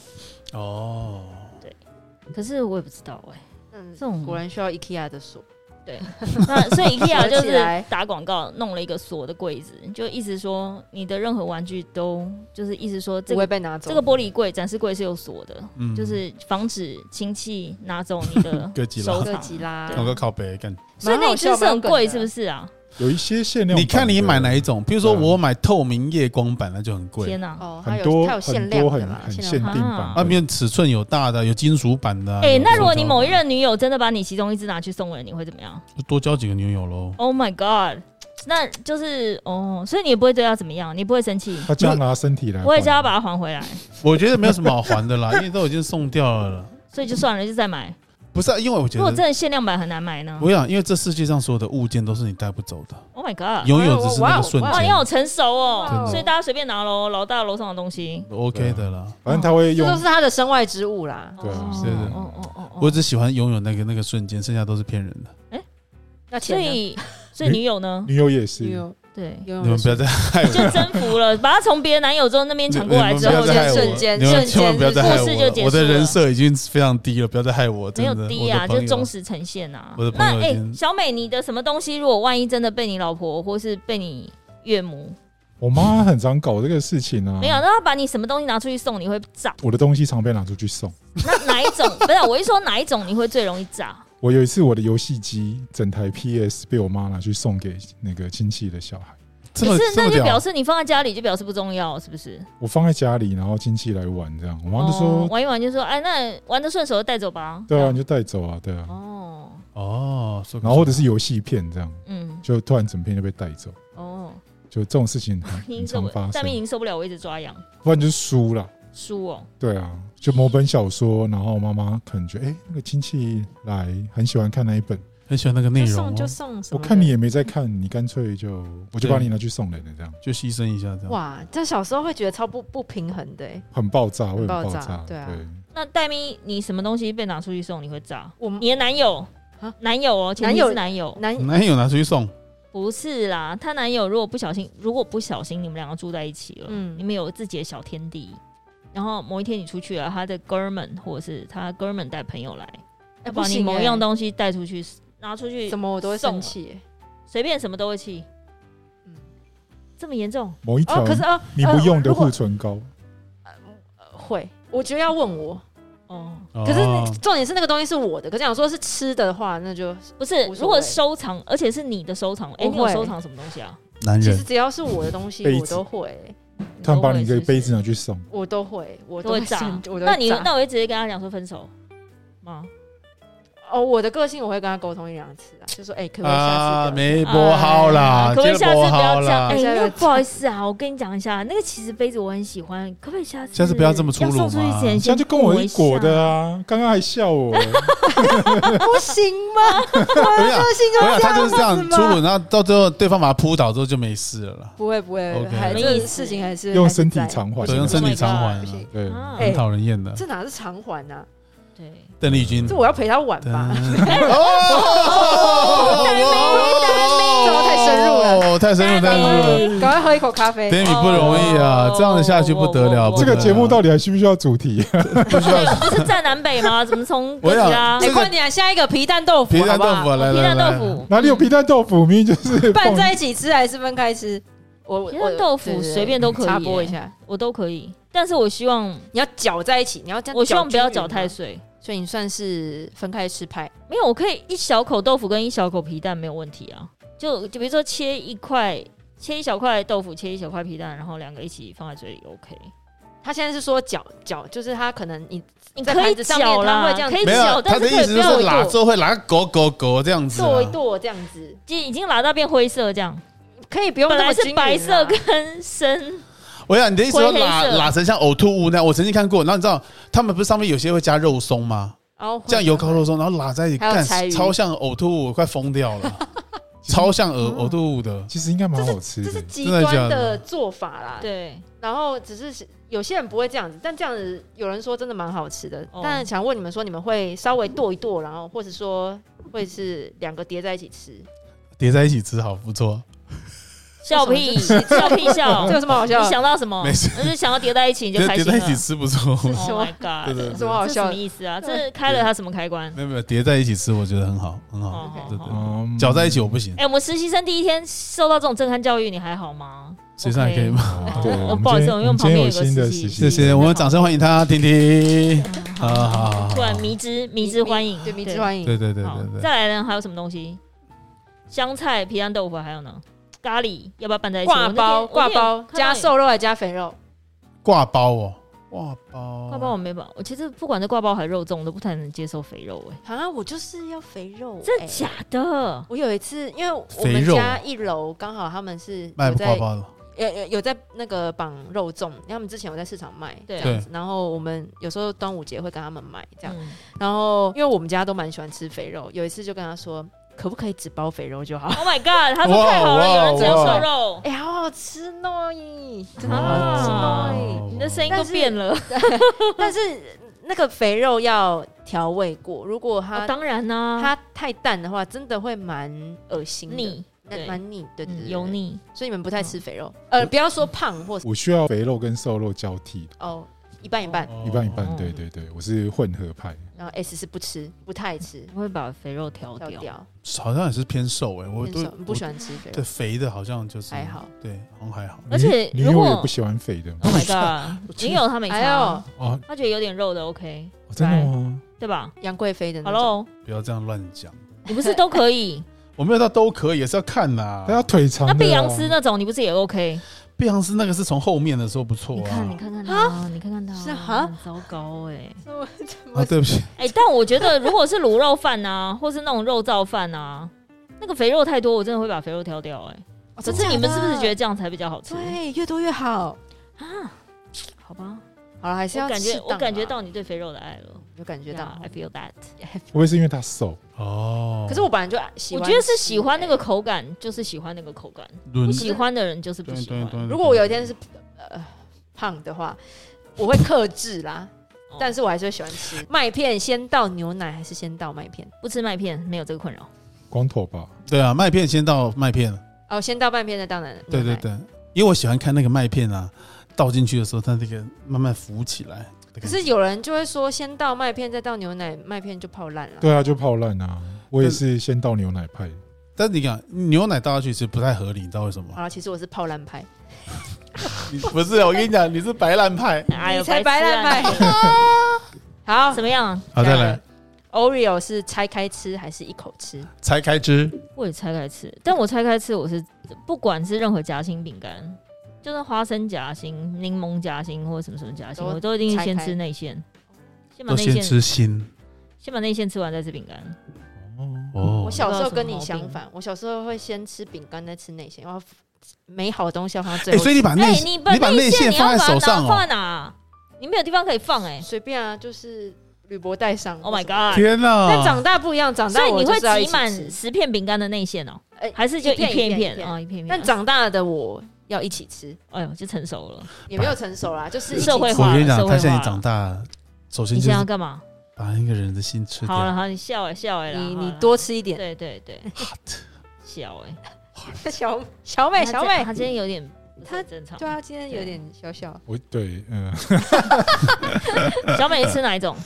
B: 哦，
C: 可是我也不知道哎、
D: 嗯
C: 这，种
D: 果然需要 IKEA 的锁，
C: 那所 以 IKEA 就
D: 锁起来
C: 是打广告弄了一个锁的柜子，就意思说你的任何玩具都就是意思说这
D: 不会
C: 个
D: 被拿走。
C: 这个玻璃柜展示柜是有锁的，
B: 嗯
C: 就是防止亲戚拿走你 的
B: 哥吉拉
C: 收
D: 哥
C: 藏。
D: 吉拉，
B: 搞个靠背干。
C: 所以那一只是很贵，是不
D: 是？
C: 是啊？
A: 有一些限量版的。
B: 你看你买哪一种？比如说
A: 对啊
B: 我买透明夜光版，那就很贵
C: 天哪、啊！
D: 哦，它
A: 很
D: 有
A: 多
D: 它有限
A: 很
D: 量
A: 多
D: 的
A: 很
D: 嘛，
A: 很限
D: 限量
A: 定版
C: 啊
B: 啊，
A: 的，
B: 没有尺寸有大的，有金属版的啊。
C: 哎、
B: 有
C: 那如果你
B: 塑胶
C: 某一任女友真的把你其中一只拿去送人，你会怎么样
B: 就多交几个女友喽。
C: ？Oh my god！那就是哦，所以你也不会对他怎么样，你不会生气，
A: 他就要拿身体来换。
C: 不会叫他把它还回来，
B: 我觉得没有什么好还的啦，因为都已经送掉了啦。
C: 所以就算了，就再买。
B: 不是、啊，因为我觉
C: 如果
B: 得
C: 真的限量版很难买呢
B: 我想，因为这世界上所有的物件都是你带不走的，
C: ？Oh my god！
B: 拥有只是那个瞬
C: 哦哇，你
B: 间
C: 好成熟
D: 真
C: 哦，
B: 的
C: 所以大家随便拿喽，老大楼上的东西。
B: ，OK 的啦。
A: 反正他会
D: 这
A: 用
D: 都是他的身外之物啦。
A: 对啊
C: 哦
B: 是的
C: 哦哦哦哦
B: 我只喜欢拥有那个那个瞬间，剩下都是骗人的。
D: 那
C: 所
D: 钱呢
C: 以所以女友呢？
A: 女友也是
D: 女，友
C: 对，
D: 女友
B: 你们不要再害
C: 就
B: 我，
C: 征服了，把她从别的男友之后那边
B: 你
C: 抢过来
B: 你们
C: 之
B: 不
C: 后
B: 要
C: 就
B: 再害我，
D: 瞬间
B: 你们
D: 瞬
B: 千万
D: 间
B: 不要再害
C: 故事就结
B: 我，
C: 束
B: 我的人
C: 了
B: 设已经非常低了，不要再害我，
C: 没有
B: 真的。
C: 低
B: 我的
C: 啊，
B: 朋
C: 就
B: 友
C: 忠实呈现呐、啊
B: 我的。朋
C: 那
B: 友
C: 哎、
B: 已经
C: 小美，你的什么东西，如果万一真的被你老婆或是被你岳母，
A: 我妈很常搞这个事情
B: 嗯
A: 啊。
C: 没有，那她把你什么东西拿出去送，你会 炸？
A: 我的东西常被拿出去送。
C: 那哪一种？不是，啊我一说哪一种你会最容易炸？
A: 我有一次我的游戏机整台 PS 被我妈拿去送给那个亲戚的小孩，
B: 这
C: 可
B: 么
C: 是
B: 这
C: 那
B: 么
C: 就表
B: 屌，啊
C: 示你放在家里就表示不重要，是不是？
A: 我放在家里，然后亲戚来玩这样，我妈就
C: 哦
A: 说：“
C: 玩一玩就说，哎，那玩的顺手就带走吧。
A: 对
C: 这
A: 啊，
C: 样
A: 你就带走啊，对啊。
C: 哦，
B: 哦，”
A: 然后或者是游戏片这样，
C: 嗯，
A: 就突然整片就被带走，
C: 哦，
A: 就这种事情很
C: 你
A: 很
C: 受
A: 常
C: 不
A: 发
C: 戴
A: 生
C: 面。莹受不了，我一直抓痒，
A: 不然就是输了，
C: 输哦，
A: 对啊，就某本小说，然后妈妈可能觉得，哎、那个亲戚来很喜欢看那一本，
B: 很喜欢那个内
D: 就
B: 容
D: 送就
B: 哦，
D: 送什
A: 我
D: 么的？
A: 看你也没在看，你干脆就我就
B: 对
A: 把你拿去送人了，这样
B: 就牺牲一下这样。
D: 哇，这小时候会觉得超不不平衡的欸。
A: 很爆炸，会很爆
D: 爆炸对啊
A: 对，
C: 那戴咪，你什么东西被拿出去送，你会炸？
D: 我们
C: 你的男友
D: 啊
C: 男友哦，前提
D: 男
C: 是
D: 友
C: 男友，
D: 男
B: 男友拿出去送，
C: 不是啦。她男友如果不小心，如果不小心你们两个住在一起了，
D: 嗯
C: 你们有自己的小天地，然后某一天你出去了，他的哥们或者是他哥们带朋友来，
D: 哎
C: 把
D: 不
C: 你
D: 行
C: 某
D: 欸
C: 一样东西带出去，拿出去
D: 什，么我都会生气欸。
C: 随便什么都会气。
D: 嗯
C: 这么严重？
A: 某一条
D: 哦，可是哦，
A: 你
D: 呃
A: 不用的
D: 如果
A: 护唇膏，
D: 呃会，我觉得要问我。
C: 哦，
B: 可
D: 可是那重点是那个东西是我的，可是想说是吃的话，那就
C: 不是，
D: 无所谓
C: 如果收藏，而且是你的收藏，哎、
D: 不
C: 你有
D: 会
C: 收藏什么东西啊？
B: 男
D: 其实
B: 人
D: 只要是我的东西，
A: 杯
D: 我
A: 子
D: 都会，
A: 突然把你
C: 的
A: 的杯子拿去送，
D: 我都会，我
C: 都
D: 都
C: 会
D: 会
C: 炸
D: 生我都会
C: 那你
D: 炸
C: 那我会直接跟他讲说分手吗？
D: 哦，我的个性我会跟他沟通一两次啊，就说哎，可不可以下
B: 啊，
D: 次不要
B: 没播好啦，
C: 哎可不可以
B: 接着
C: 下次
B: 播
C: 不
B: 好
C: 要这样？
B: 啦
C: 哎、。
D: 啊下次
C: 那不好意思啊，我跟你讲一下，那个其实杯子我很喜欢，可不可以下次
B: 下次不要这么粗鲁嘛
C: 要送出去之前
A: 你现在
C: 先
A: 就跟我
C: 问
A: 一
C: 一
A: 果的
C: 下。
A: 啊，刚刚还笑 我，
D: 不行吗？
B: 我想，
D: 个性
C: 啊
B: 我想他就是这样
D: 子吗
B: 粗鲁，然后到最后对方把他扑倒之后就没事了啦。
D: 不会不会，
B: OK
D: 还
C: 没
D: 这
C: 意思
D: 事情还是
A: 用
D: 还是
A: 身体
D: 在
A: 偿还
D: 不
B: 对，
D: 行
B: 用身体
D: 不行
B: 偿还
D: 不
B: 啊，
D: 行
A: 对，
C: 啊
B: 很讨人厌的。
D: 这哪是偿还啊？
C: 对，
B: 邓丽君，
D: 这我要陪 他玩
B: 噔
D: 吧。
B: 哦
C: 戴咪
D: 这我太深入了，
B: 哦太深入，太深
C: 哎
B: 入了。
D: 赶快喝一口咖啡。哎
B: Demi 不容易啊，这样下去不得了。
C: 哦
B: 不
A: 这
B: 得了
A: 个节目到底还需不需要主题？
B: 不需要
C: 不是站南北吗？怎么从 哥
B: 我
C: 吉
B: 想
C: 拉
D: 哎，
B: 这个
D: 快点啊，下一个皮蛋豆腐，
B: 皮蛋豆
D: 好
B: 腐
D: 不
B: 啊
D: 好
B: 来
C: 皮
B: 来
C: 蛋
B: 来
C: 豆，腐
A: 哪里
D: 嗯
A: 有皮蛋豆腐？明明就是
D: 拌
A: 放
D: 在一起吃还是分开吃？我我
C: 皮蛋豆
D: 对
C: 腐
D: 对对
C: 随便都可以、
D: 插播一下，
C: 我都可以，但是我希望
D: 你要搅在一起，你要这样。
C: 我希望不要搅太
D: 碎，
C: 碎。
D: 所以你算是分开吃派。
C: 没有，我可以一小口豆腐跟一小口皮蛋没有问题啊。就就比如说切一块，切一小块豆腐，切一小块皮蛋，然后两个一起放在嘴里，OK。
D: 他现在是说搅搅，就是他可能你
C: 你
D: 在
C: 可以
D: 盘子上面
C: 搅
D: 它
C: 啦
D: 会这，样
C: 可以
B: 没
C: 搅，
B: 有啊他
C: 但
B: 的
C: 是
B: 意
C: 可以
B: 思
C: 不
B: 就
C: 要
B: 是
C: 有
B: 拉之
C: 剁，
B: 后会拉狗狗狗这样子啊。
D: 剁一剁这样子，
C: 就已经拉到变灰色这样。
D: 可以不用
C: 本
D: 那
C: 来
D: 么
C: 是
D: 均匀啊
C: 白色跟深，
B: 我想你的意思说
C: 灰黑
B: 拉
C: 色
B: 拉成像呕吐物那样，我曾经看过。然后你知道他们不是上面有些会加肉松 吗？
D: 然后会
B: 这样油烤肉松，然后拉在一起，
D: 还有
B: 干
D: 柴鱼
B: 超像呕吐物，我快疯掉 了，超像呕呕吐物的。
A: 其实应该蛮好吃
D: 这是
A: 的。
D: 极
B: 真的假
D: 端
B: 的
D: 的做法啦。，
C: 对，
D: 然后只是有些人不会这样子，但这样子有人说真的蛮好吃的。
C: 哦
D: 但想问你们说，你们会稍微剁一剁，然后或者说会是两个叠在一起吃，
B: 叠在一起吃好不错，
C: 笑屁 笑屁笑
D: 这有，什么好笑
C: 你？想到什么？
B: 没事
C: 那是想要叠在一起你就
B: 叠
C: 开
B: 叠
C: 心
B: 在
C: 了
B: 一。起吃不错。
C: Oh my
B: 对对
C: god！
B: 对
D: 什么好
C: 这什
D: 笑
C: 么？意思啊？这开了他什么开 关？
B: 没有没有，叠在一起吃我觉得很好，很好。
C: 哦
B: 对
C: 好
B: 对
C: 好
B: 对，
A: 嗯
B: 搅在一起我不行
C: 哎、，我们实习生第一天受到这种震撼教育，你还好吗？
B: 实际上也可以吗？
C: 哦
A: 啊 对
C: 我
A: 我们
C: 不好意
A: 今
C: 思，
A: 天
C: 我用旁
A: 我们今天有
C: 边有个
A: 新的
C: 司机
A: 实习
B: 谢谢，我们掌声欢迎他，婷婷。
C: 嗯
B: 好好好好好
C: 突然迷之迷之欢迎，
D: 对，迷之欢迎。
B: 对啊对对
C: 好
B: 对对，
C: 再来呢，还有什么东西？香菜、皮蛋豆腐，还有呢？咖喱要不要拌在一起？
D: 挂
C: 我那
D: 包
C: 天
D: 挂包加，
C: 我那天有看到
D: 瘦肉还加肥肉，
B: 挂包哦，挂包，
C: 你挂包我没办法，我其实不管是挂包还是肉粽，我都不太能接受肥肉、哎，
D: 好像我就是要肥肉，
C: 真的
D: 欸
C: 假的？
D: 我有一次，因为我
B: 肥
D: 们
B: 肉
D: 家一楼刚好他们是
B: 卖
D: 有
B: 挂
D: 在
B: 包了，
D: 有有有在那个绑肉粽，因为他们之前有在市场卖，
C: 对啊
D: 这样子。然后我们有时候端午节会跟他们买这样。
C: 嗯
D: 然后因为我们家都蛮喜欢吃肥肉，有一次就跟他说，可不可以只包肥肉就好？
C: Oh my god！他说太好
B: 哇
C: 了，有人只有
B: 哇
C: 瘦肉，
D: 哎、好好吃呢，真的好好吃哦
C: 啊
D: 呢。
C: 你的声音
D: 但
C: 都
D: 是
C: 变了。
D: 但是那个肥肉要调味过，如果它、
C: 哦当然啦，
D: 它太淡的话，真的会蛮恶心的
C: 腻，
D: 蛮
C: 对
D: 蛮腻，对对
C: 嗯
D: 对，
C: 油。腻。嗯
D: 所以你们不太吃肥肉，呃，不要说胖或
A: 我需要肥肉跟瘦肉交替，
D: 哦一半一半，
A: 一半一
C: 哦
A: 半。对对对，我是混合派。
D: 然后 S 是不吃，不太吃，
C: 会把肥肉调
D: 要
C: 掉，
D: 掉。
B: 好像也是偏瘦哎，我
D: 很
B: 都
D: 少，你不喜欢吃肥
B: 对
D: 肉，
B: 肥的，好像就是
D: 还，好。
B: 对，好像还好。
C: 而且
A: 女
C: 如
A: 友
C: 果
A: 也不喜欢肥的吗
C: Oh my god！女友她没啊
D: 哎呦
C: 差，
A: 哦，
C: 她觉得有点肉的 OK，
A: 真的吗？
C: 对吧？
D: 杨贵妃的那
C: 好
D: 种，
C: 喽，
B: 不要这样乱讲，
C: 你不是都可 以？
B: 我没有到都可以，也是要看呐
A: 大。家腿长的
C: 那
A: 啊。
C: 碧昂
D: 哦
C: 斯那种你不是也 OK？
B: 碧昂斯那个是从后面的时候不错
C: 你看，你
B: 啊。
C: 看看他，你看看他，啊
D: 是哈
C: 很糟糕哎、欸、
D: 那我
B: 啊，对 不起，
C: 哎、但我觉得如果是卤肉饭啊，或是那种肉燥饭啊，那个肥肉太多，我真的会把肥肉挑掉哎、
D: 哦
C: 可
D: 真
C: 是你们是不是觉得
D: 得
C: 这样才比较好吃
D: 对越多越好？
C: 啊？好吧，
D: 好了，还是要
C: 我感
D: 适
C: 觉
D: 当
C: 我感觉
D: 啦
C: 到你对肥肉的啊爱了，
D: 有感觉
C: Yeah,
D: 到
C: I。feel that。
A: 会不会是因为他瘦？
B: 哦。
D: 可是我本来就喜
C: 我
D: 欢，欸
C: 觉得是喜欢那个。口感，就是喜欢那个口感，
B: 轮
C: 不喜欢的人就是不喜欢。
D: 如果我有一天是呃胖的话，我会克制啦，
C: 哦
D: 但是我还是会喜欢 吃麦片。先倒牛奶还是先倒麦片？
C: 不吃麦片没有这个困扰。
A: 光头吧？
B: 对啊，麦片先到麦片，
D: 哦，先倒半片再倒奶。
B: 对对。对，因为我喜欢看那个麦片啊，倒进去的时候，它那个慢慢浮起来的感觉。
D: 可是有人就会说，先倒麦片再倒牛奶，麦片就泡烂了。
A: 对啊，就泡烂啊！我也是先倒牛奶派。
B: 但是你讲牛奶倒下去其实不太合理，你知道为什么
D: 好？了，其实我是泡烂派，
B: 你 不是，我跟你讲，你是白烂派。
C: 哎呦，
D: 你才白
C: 痴啊
D: 烂派。 哦 好
C: 怎么样？啊
B: 好，再来
D: ，Oreo 是拆开吃还是一口吃？
B: 才开支，
C: 我也拆开吃，但我拆开吃，我是不管是任何夹心饼干，就是花生夹心、柠檬夹心或者什么什么夹心，
D: 都
C: 我都一定
D: 拆
C: 是先
D: 开
C: 吃内馅，先把
B: 都
C: 内
B: 先
C: 馅
B: 吃心
C: 先把内馅吃完再吃饼干。
A: 哦，
B: 哦
D: 我。小时候跟你相反，我小时候会先吃饼干，再吃内馅，然后美好的东西要放到最
B: 哎，
D: 后
B: 所以
D: 吃。
B: 你把内
C: 哎，你把
B: 把内
C: 馅你要
B: 放在
C: 把它
B: 手
C: 拿
B: 上
C: 放在
B: 哦。
C: 哪？你没有地方可以放哎。
D: 随便啊，就是铝箔带上。
C: Oh my god！
B: 天哪！
D: 但长大不一样，长大
C: 所以
D: 我
C: 你啊
D: 就
C: 会
D: 是要一
C: 挤
D: 起
C: 满
D: 吃。
C: 十片饼干的内馅哦，
D: 哎
C: 还是就
D: 一片
C: 片
D: 一
C: 一
D: 片
C: 片
D: 一片
C: 哦，一片一片？
D: 但长大的我要一起吃，
C: 哎呦，就成熟了。
D: 也没有成熟啦，就是一起
C: 社会
B: 我
C: 化
B: 跟你讲，
C: 社会
B: 他现在
C: 化
B: 长大了，首先
C: 你
B: 就
C: 想要
B: 是
C: 干嘛？
B: 把一个人的心吃
C: 好了
B: 掉。
C: 好，你笑哎笑哎啦，
D: 你
C: 好
D: 你
C: 啦
D: 多吃一点。
C: 对对对，笑哎。
D: 小小美，
C: 他
D: 小
C: 这
D: 美，
C: 他今天有点不是
D: 他
C: 很正常。
D: 对 啊，今天有点小小。
A: 我对，嗯，
C: 小美是吃哪一种？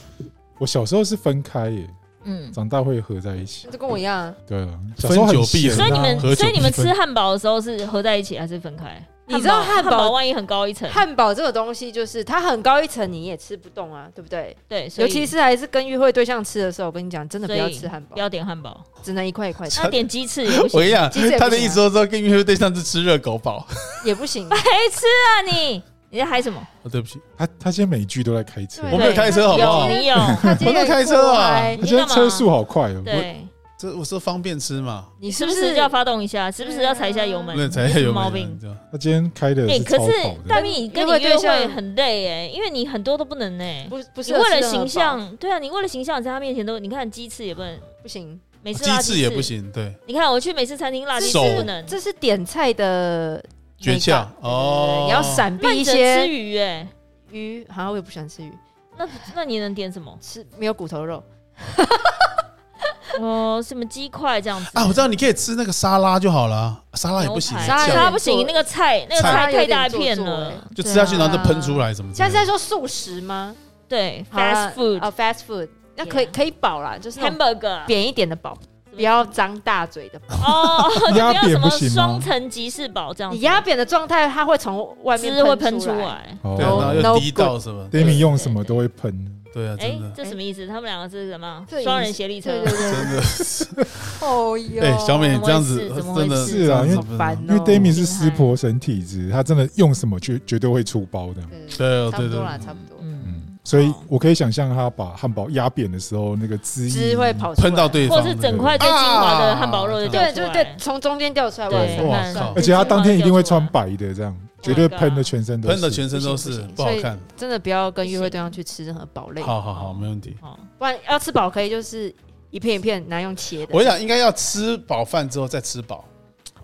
A: 我小时候是分开耶，
C: 嗯，
A: 长大会合在一起。
D: 就跟我一样啊，
A: 对啊，小时候很
B: 久必
A: 闲
B: 合
C: 所以你们
B: 合久
C: 所以你们
B: 必分
C: 吃汉堡的时候是合在一起还是分开？
D: 你知道汉
C: 汉
D: 堡
C: 堡万一很高一层，
D: 汉堡这个东西就是它很高一层，你也吃不动啊，对不对？
C: 对，所以
D: 尤其是还是跟约会对象吃的时候，我跟你讲，真的不要
C: 所以
D: 吃汉
C: 不
D: 堡，
C: 要点汉堡，
D: 只能一块 一块哎吃，
C: 那点鸡翅也不
B: 我
C: 行。
B: 跟你讲
D: 其实也不行，啊
B: 他的意思说说跟约会对象是吃热狗堡。
D: 也不 行。
C: 白痴啊你！你在嗨什么？
B: 哦对不起，
A: 他他今天每一句都在开车，
D: 对
B: 我没有开车好不好
C: 有你有，
D: 他今天
B: 我在开车啊
D: 乖
A: 他今天车速好快哦。
C: 对，
B: 这我说方便吃嘛，
D: 你是
C: 时
D: 不
C: 不
D: 是
C: 时就要发动一下，时不时要踩一下油门
B: 那，才有
C: 毛病。
B: 这样
A: 他今天开的
C: 哎，
A: 是
C: 可
A: 超
C: 是
A: 跑
C: 大
A: 的，
C: 咪，你跟
D: 约会
C: 你约
D: 对
C: 会
D: 象
C: 很累哎，因为你很多都不能哎，
D: 不
C: 你
D: 不是
C: 为了形象，对啊，你为了形象，你在他面前都，你看鸡翅也不能，
D: 不行？
C: 每次
B: 鸡
C: 拉
B: 翅也不。行，对，
C: 你看我去美式餐厅拉鸡翅
B: 手
C: 不能，
D: 这是点菜的
B: 诀
D: 美
B: 窍
D: 感
B: 哦
D: 对，你要闪避
C: 慢
D: 一
C: 着吃
D: 些
C: 鱼哎，
D: 鱼。好像我也不喜欢吃鱼，
C: 那那你能点什么？
D: 吃没有骨头肉。
C: 哦，什么鸡块这样子
B: 啊！我知道你可以吃那个沙拉就好了啊，沙拉也
C: 牛
B: 不行，
C: 排
D: 沙拉
B: 这样
C: 沙
D: 有点
C: 拉不行，
D: 做
C: 那个菜那个
B: 菜
C: 菜
D: 有
C: 太
D: 点
C: 大
D: 做
C: 片
D: 作
C: 了
D: 欸，
B: 就吃下去
C: 对啊
B: 然后就喷出来什么之
D: 现在
B: 类
D: 是
B: 的。
D: 在说素食吗
C: 对
D: 好啦
C: ，fast food
D: 啊，fast food，那可以
C: Yeah
D: 可以饱啦，就是那种
C: hamburger 啊
D: 扁一点的饱，不要张大嘴的饱。
C: 哦，就
A: 鸭
C: 不要
A: 扁
C: 什
A: 不
C: 么
A: 行吗
C: 双层吉士堡这样
D: 你
C: 子，
D: 压扁的状态，它会从外面
C: 汁嗯会喷
D: 出
C: 出。来。
A: 哦
B: 对，啊然后
D: No
B: 又滴到什么？
A: d a m i 用什么都会喷，
B: 对啊，
C: 哎
B: 真，的，
C: 这什么意思？他们两个是什么
D: 这？
C: 双人协力车
D: 对对对，
B: 真的。
D: 哦哟
B: 哎，小美
C: 怎
B: 你
C: 么
B: 这样子
C: 回事怎么
B: 真的
C: 回
A: 事是啊
B: 这样子
D: 好烦
A: 因为
D: 哦
A: d a m i 是湿婆神体质，他真的用什么绝绝对会出包的。
D: 对
B: 对
D: 对对差不
B: 哦对对
D: 多，啦，差不多。
C: 嗯
A: 嗯，所以我可以想象他把汉堡压扁的时候，那个汁
D: 汁
A: 液
D: 会跑出来
B: 喷到，对
C: 或
B: 方，
C: 者是整块最精华的汉堡肉啊就掉
D: 对
C: 出
D: 对
C: 来
D: 对，从中间掉出来，哇
C: 对，
D: 塞，
B: 哇
C: 看
B: 靠
A: 而且他当天一定会穿
C: 最精华的掉出
A: 白
C: 来
A: 的，这样
C: 哦
A: 绝对
C: 啊
A: 喷的全身都是
B: 喷的全身都
D: 不
B: 是
D: 行不行
B: 不好看。
D: 真的不要跟约会对象去吃任何堡类，
B: 好好好，没问题。
C: 哦，
D: 不然要吃饱可以就是一片一片拿用切的
B: 我。想应该要吃饱饭之后再吃饱，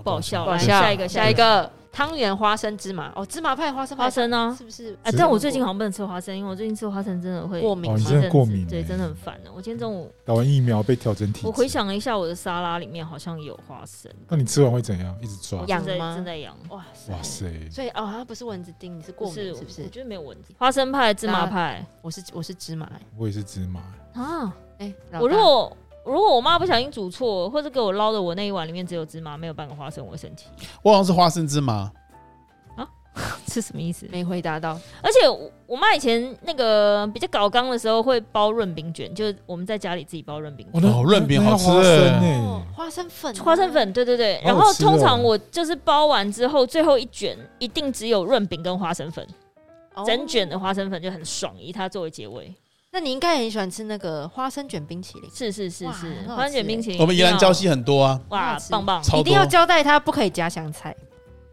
C: 不好笑，
D: 往
C: 来
D: 下
C: 下一个
D: 下一
C: 个
D: 个汤圆花生芝麻哦，芝麻派花生派
C: 花生呢？
D: 是不是？
C: 啊，但我最近好像不能吃花生，因为我最近吃花生真的会
D: 过敏
A: 哦
D: 吗
A: 你？真的过敏
C: 对，
A: 欸
C: 真的很烦的。我今天中午
A: 打完疫苗被调整体质。
C: 我回，想了一下，我的沙拉里面好像有花生，
A: 那你吃完会怎样？一直抓
C: 我？
D: 痒
C: 正在
D: 吗
C: 正在痒，
D: 哇塞！
A: 哇塞！
D: 所以哦，它不是蚊子叮，你是过敏是不
C: 我
D: 是？
C: 觉得没有问题。花生派、芝麻
D: 那
C: 派
D: 我是我是芝麻欸
A: 我也是芝麻，
C: 啊，
D: 哎，老
C: 我
D: 大
C: 如果如果我妈不小心煮错，或者给我捞的我那一碗里面只有芝麻，没有半个花生，我会生气。
B: 我好像是花生芝麻，
C: 是什么意思？
D: 没回答到，
C: 而且我我妈以前那个比较搞刚的时候会包润饼卷，就是我们在家里自己包润饼
A: 哦
C: 卷。
A: 那
B: 哦润饼
A: 那要
B: 好吃
A: 花生
B: 欸
C: 哦
A: 欸
D: 哦花生粉，啊
C: 花生，粉，对对对，
A: 好
C: 然
A: 好
C: 后
A: 吃哦
C: 通常我就是包完之后，最后一卷一定只有润饼跟花生粉，
D: 哦
C: 整卷。的花生粉就很爽，以它作为结尾。
D: 那你应该也很喜欢吃那个花生卷冰淇淋，
C: 是是是
D: 哇
C: 是
D: 很，好
C: 花生卷
D: 吃
C: 冰淇淋，
B: 我们宜兰礁溪，很多啊，
D: 很好
C: 哇，
D: 吃
C: 棒棒
B: 超
D: 一定要
B: 多。
D: 交代它不可以加香菜，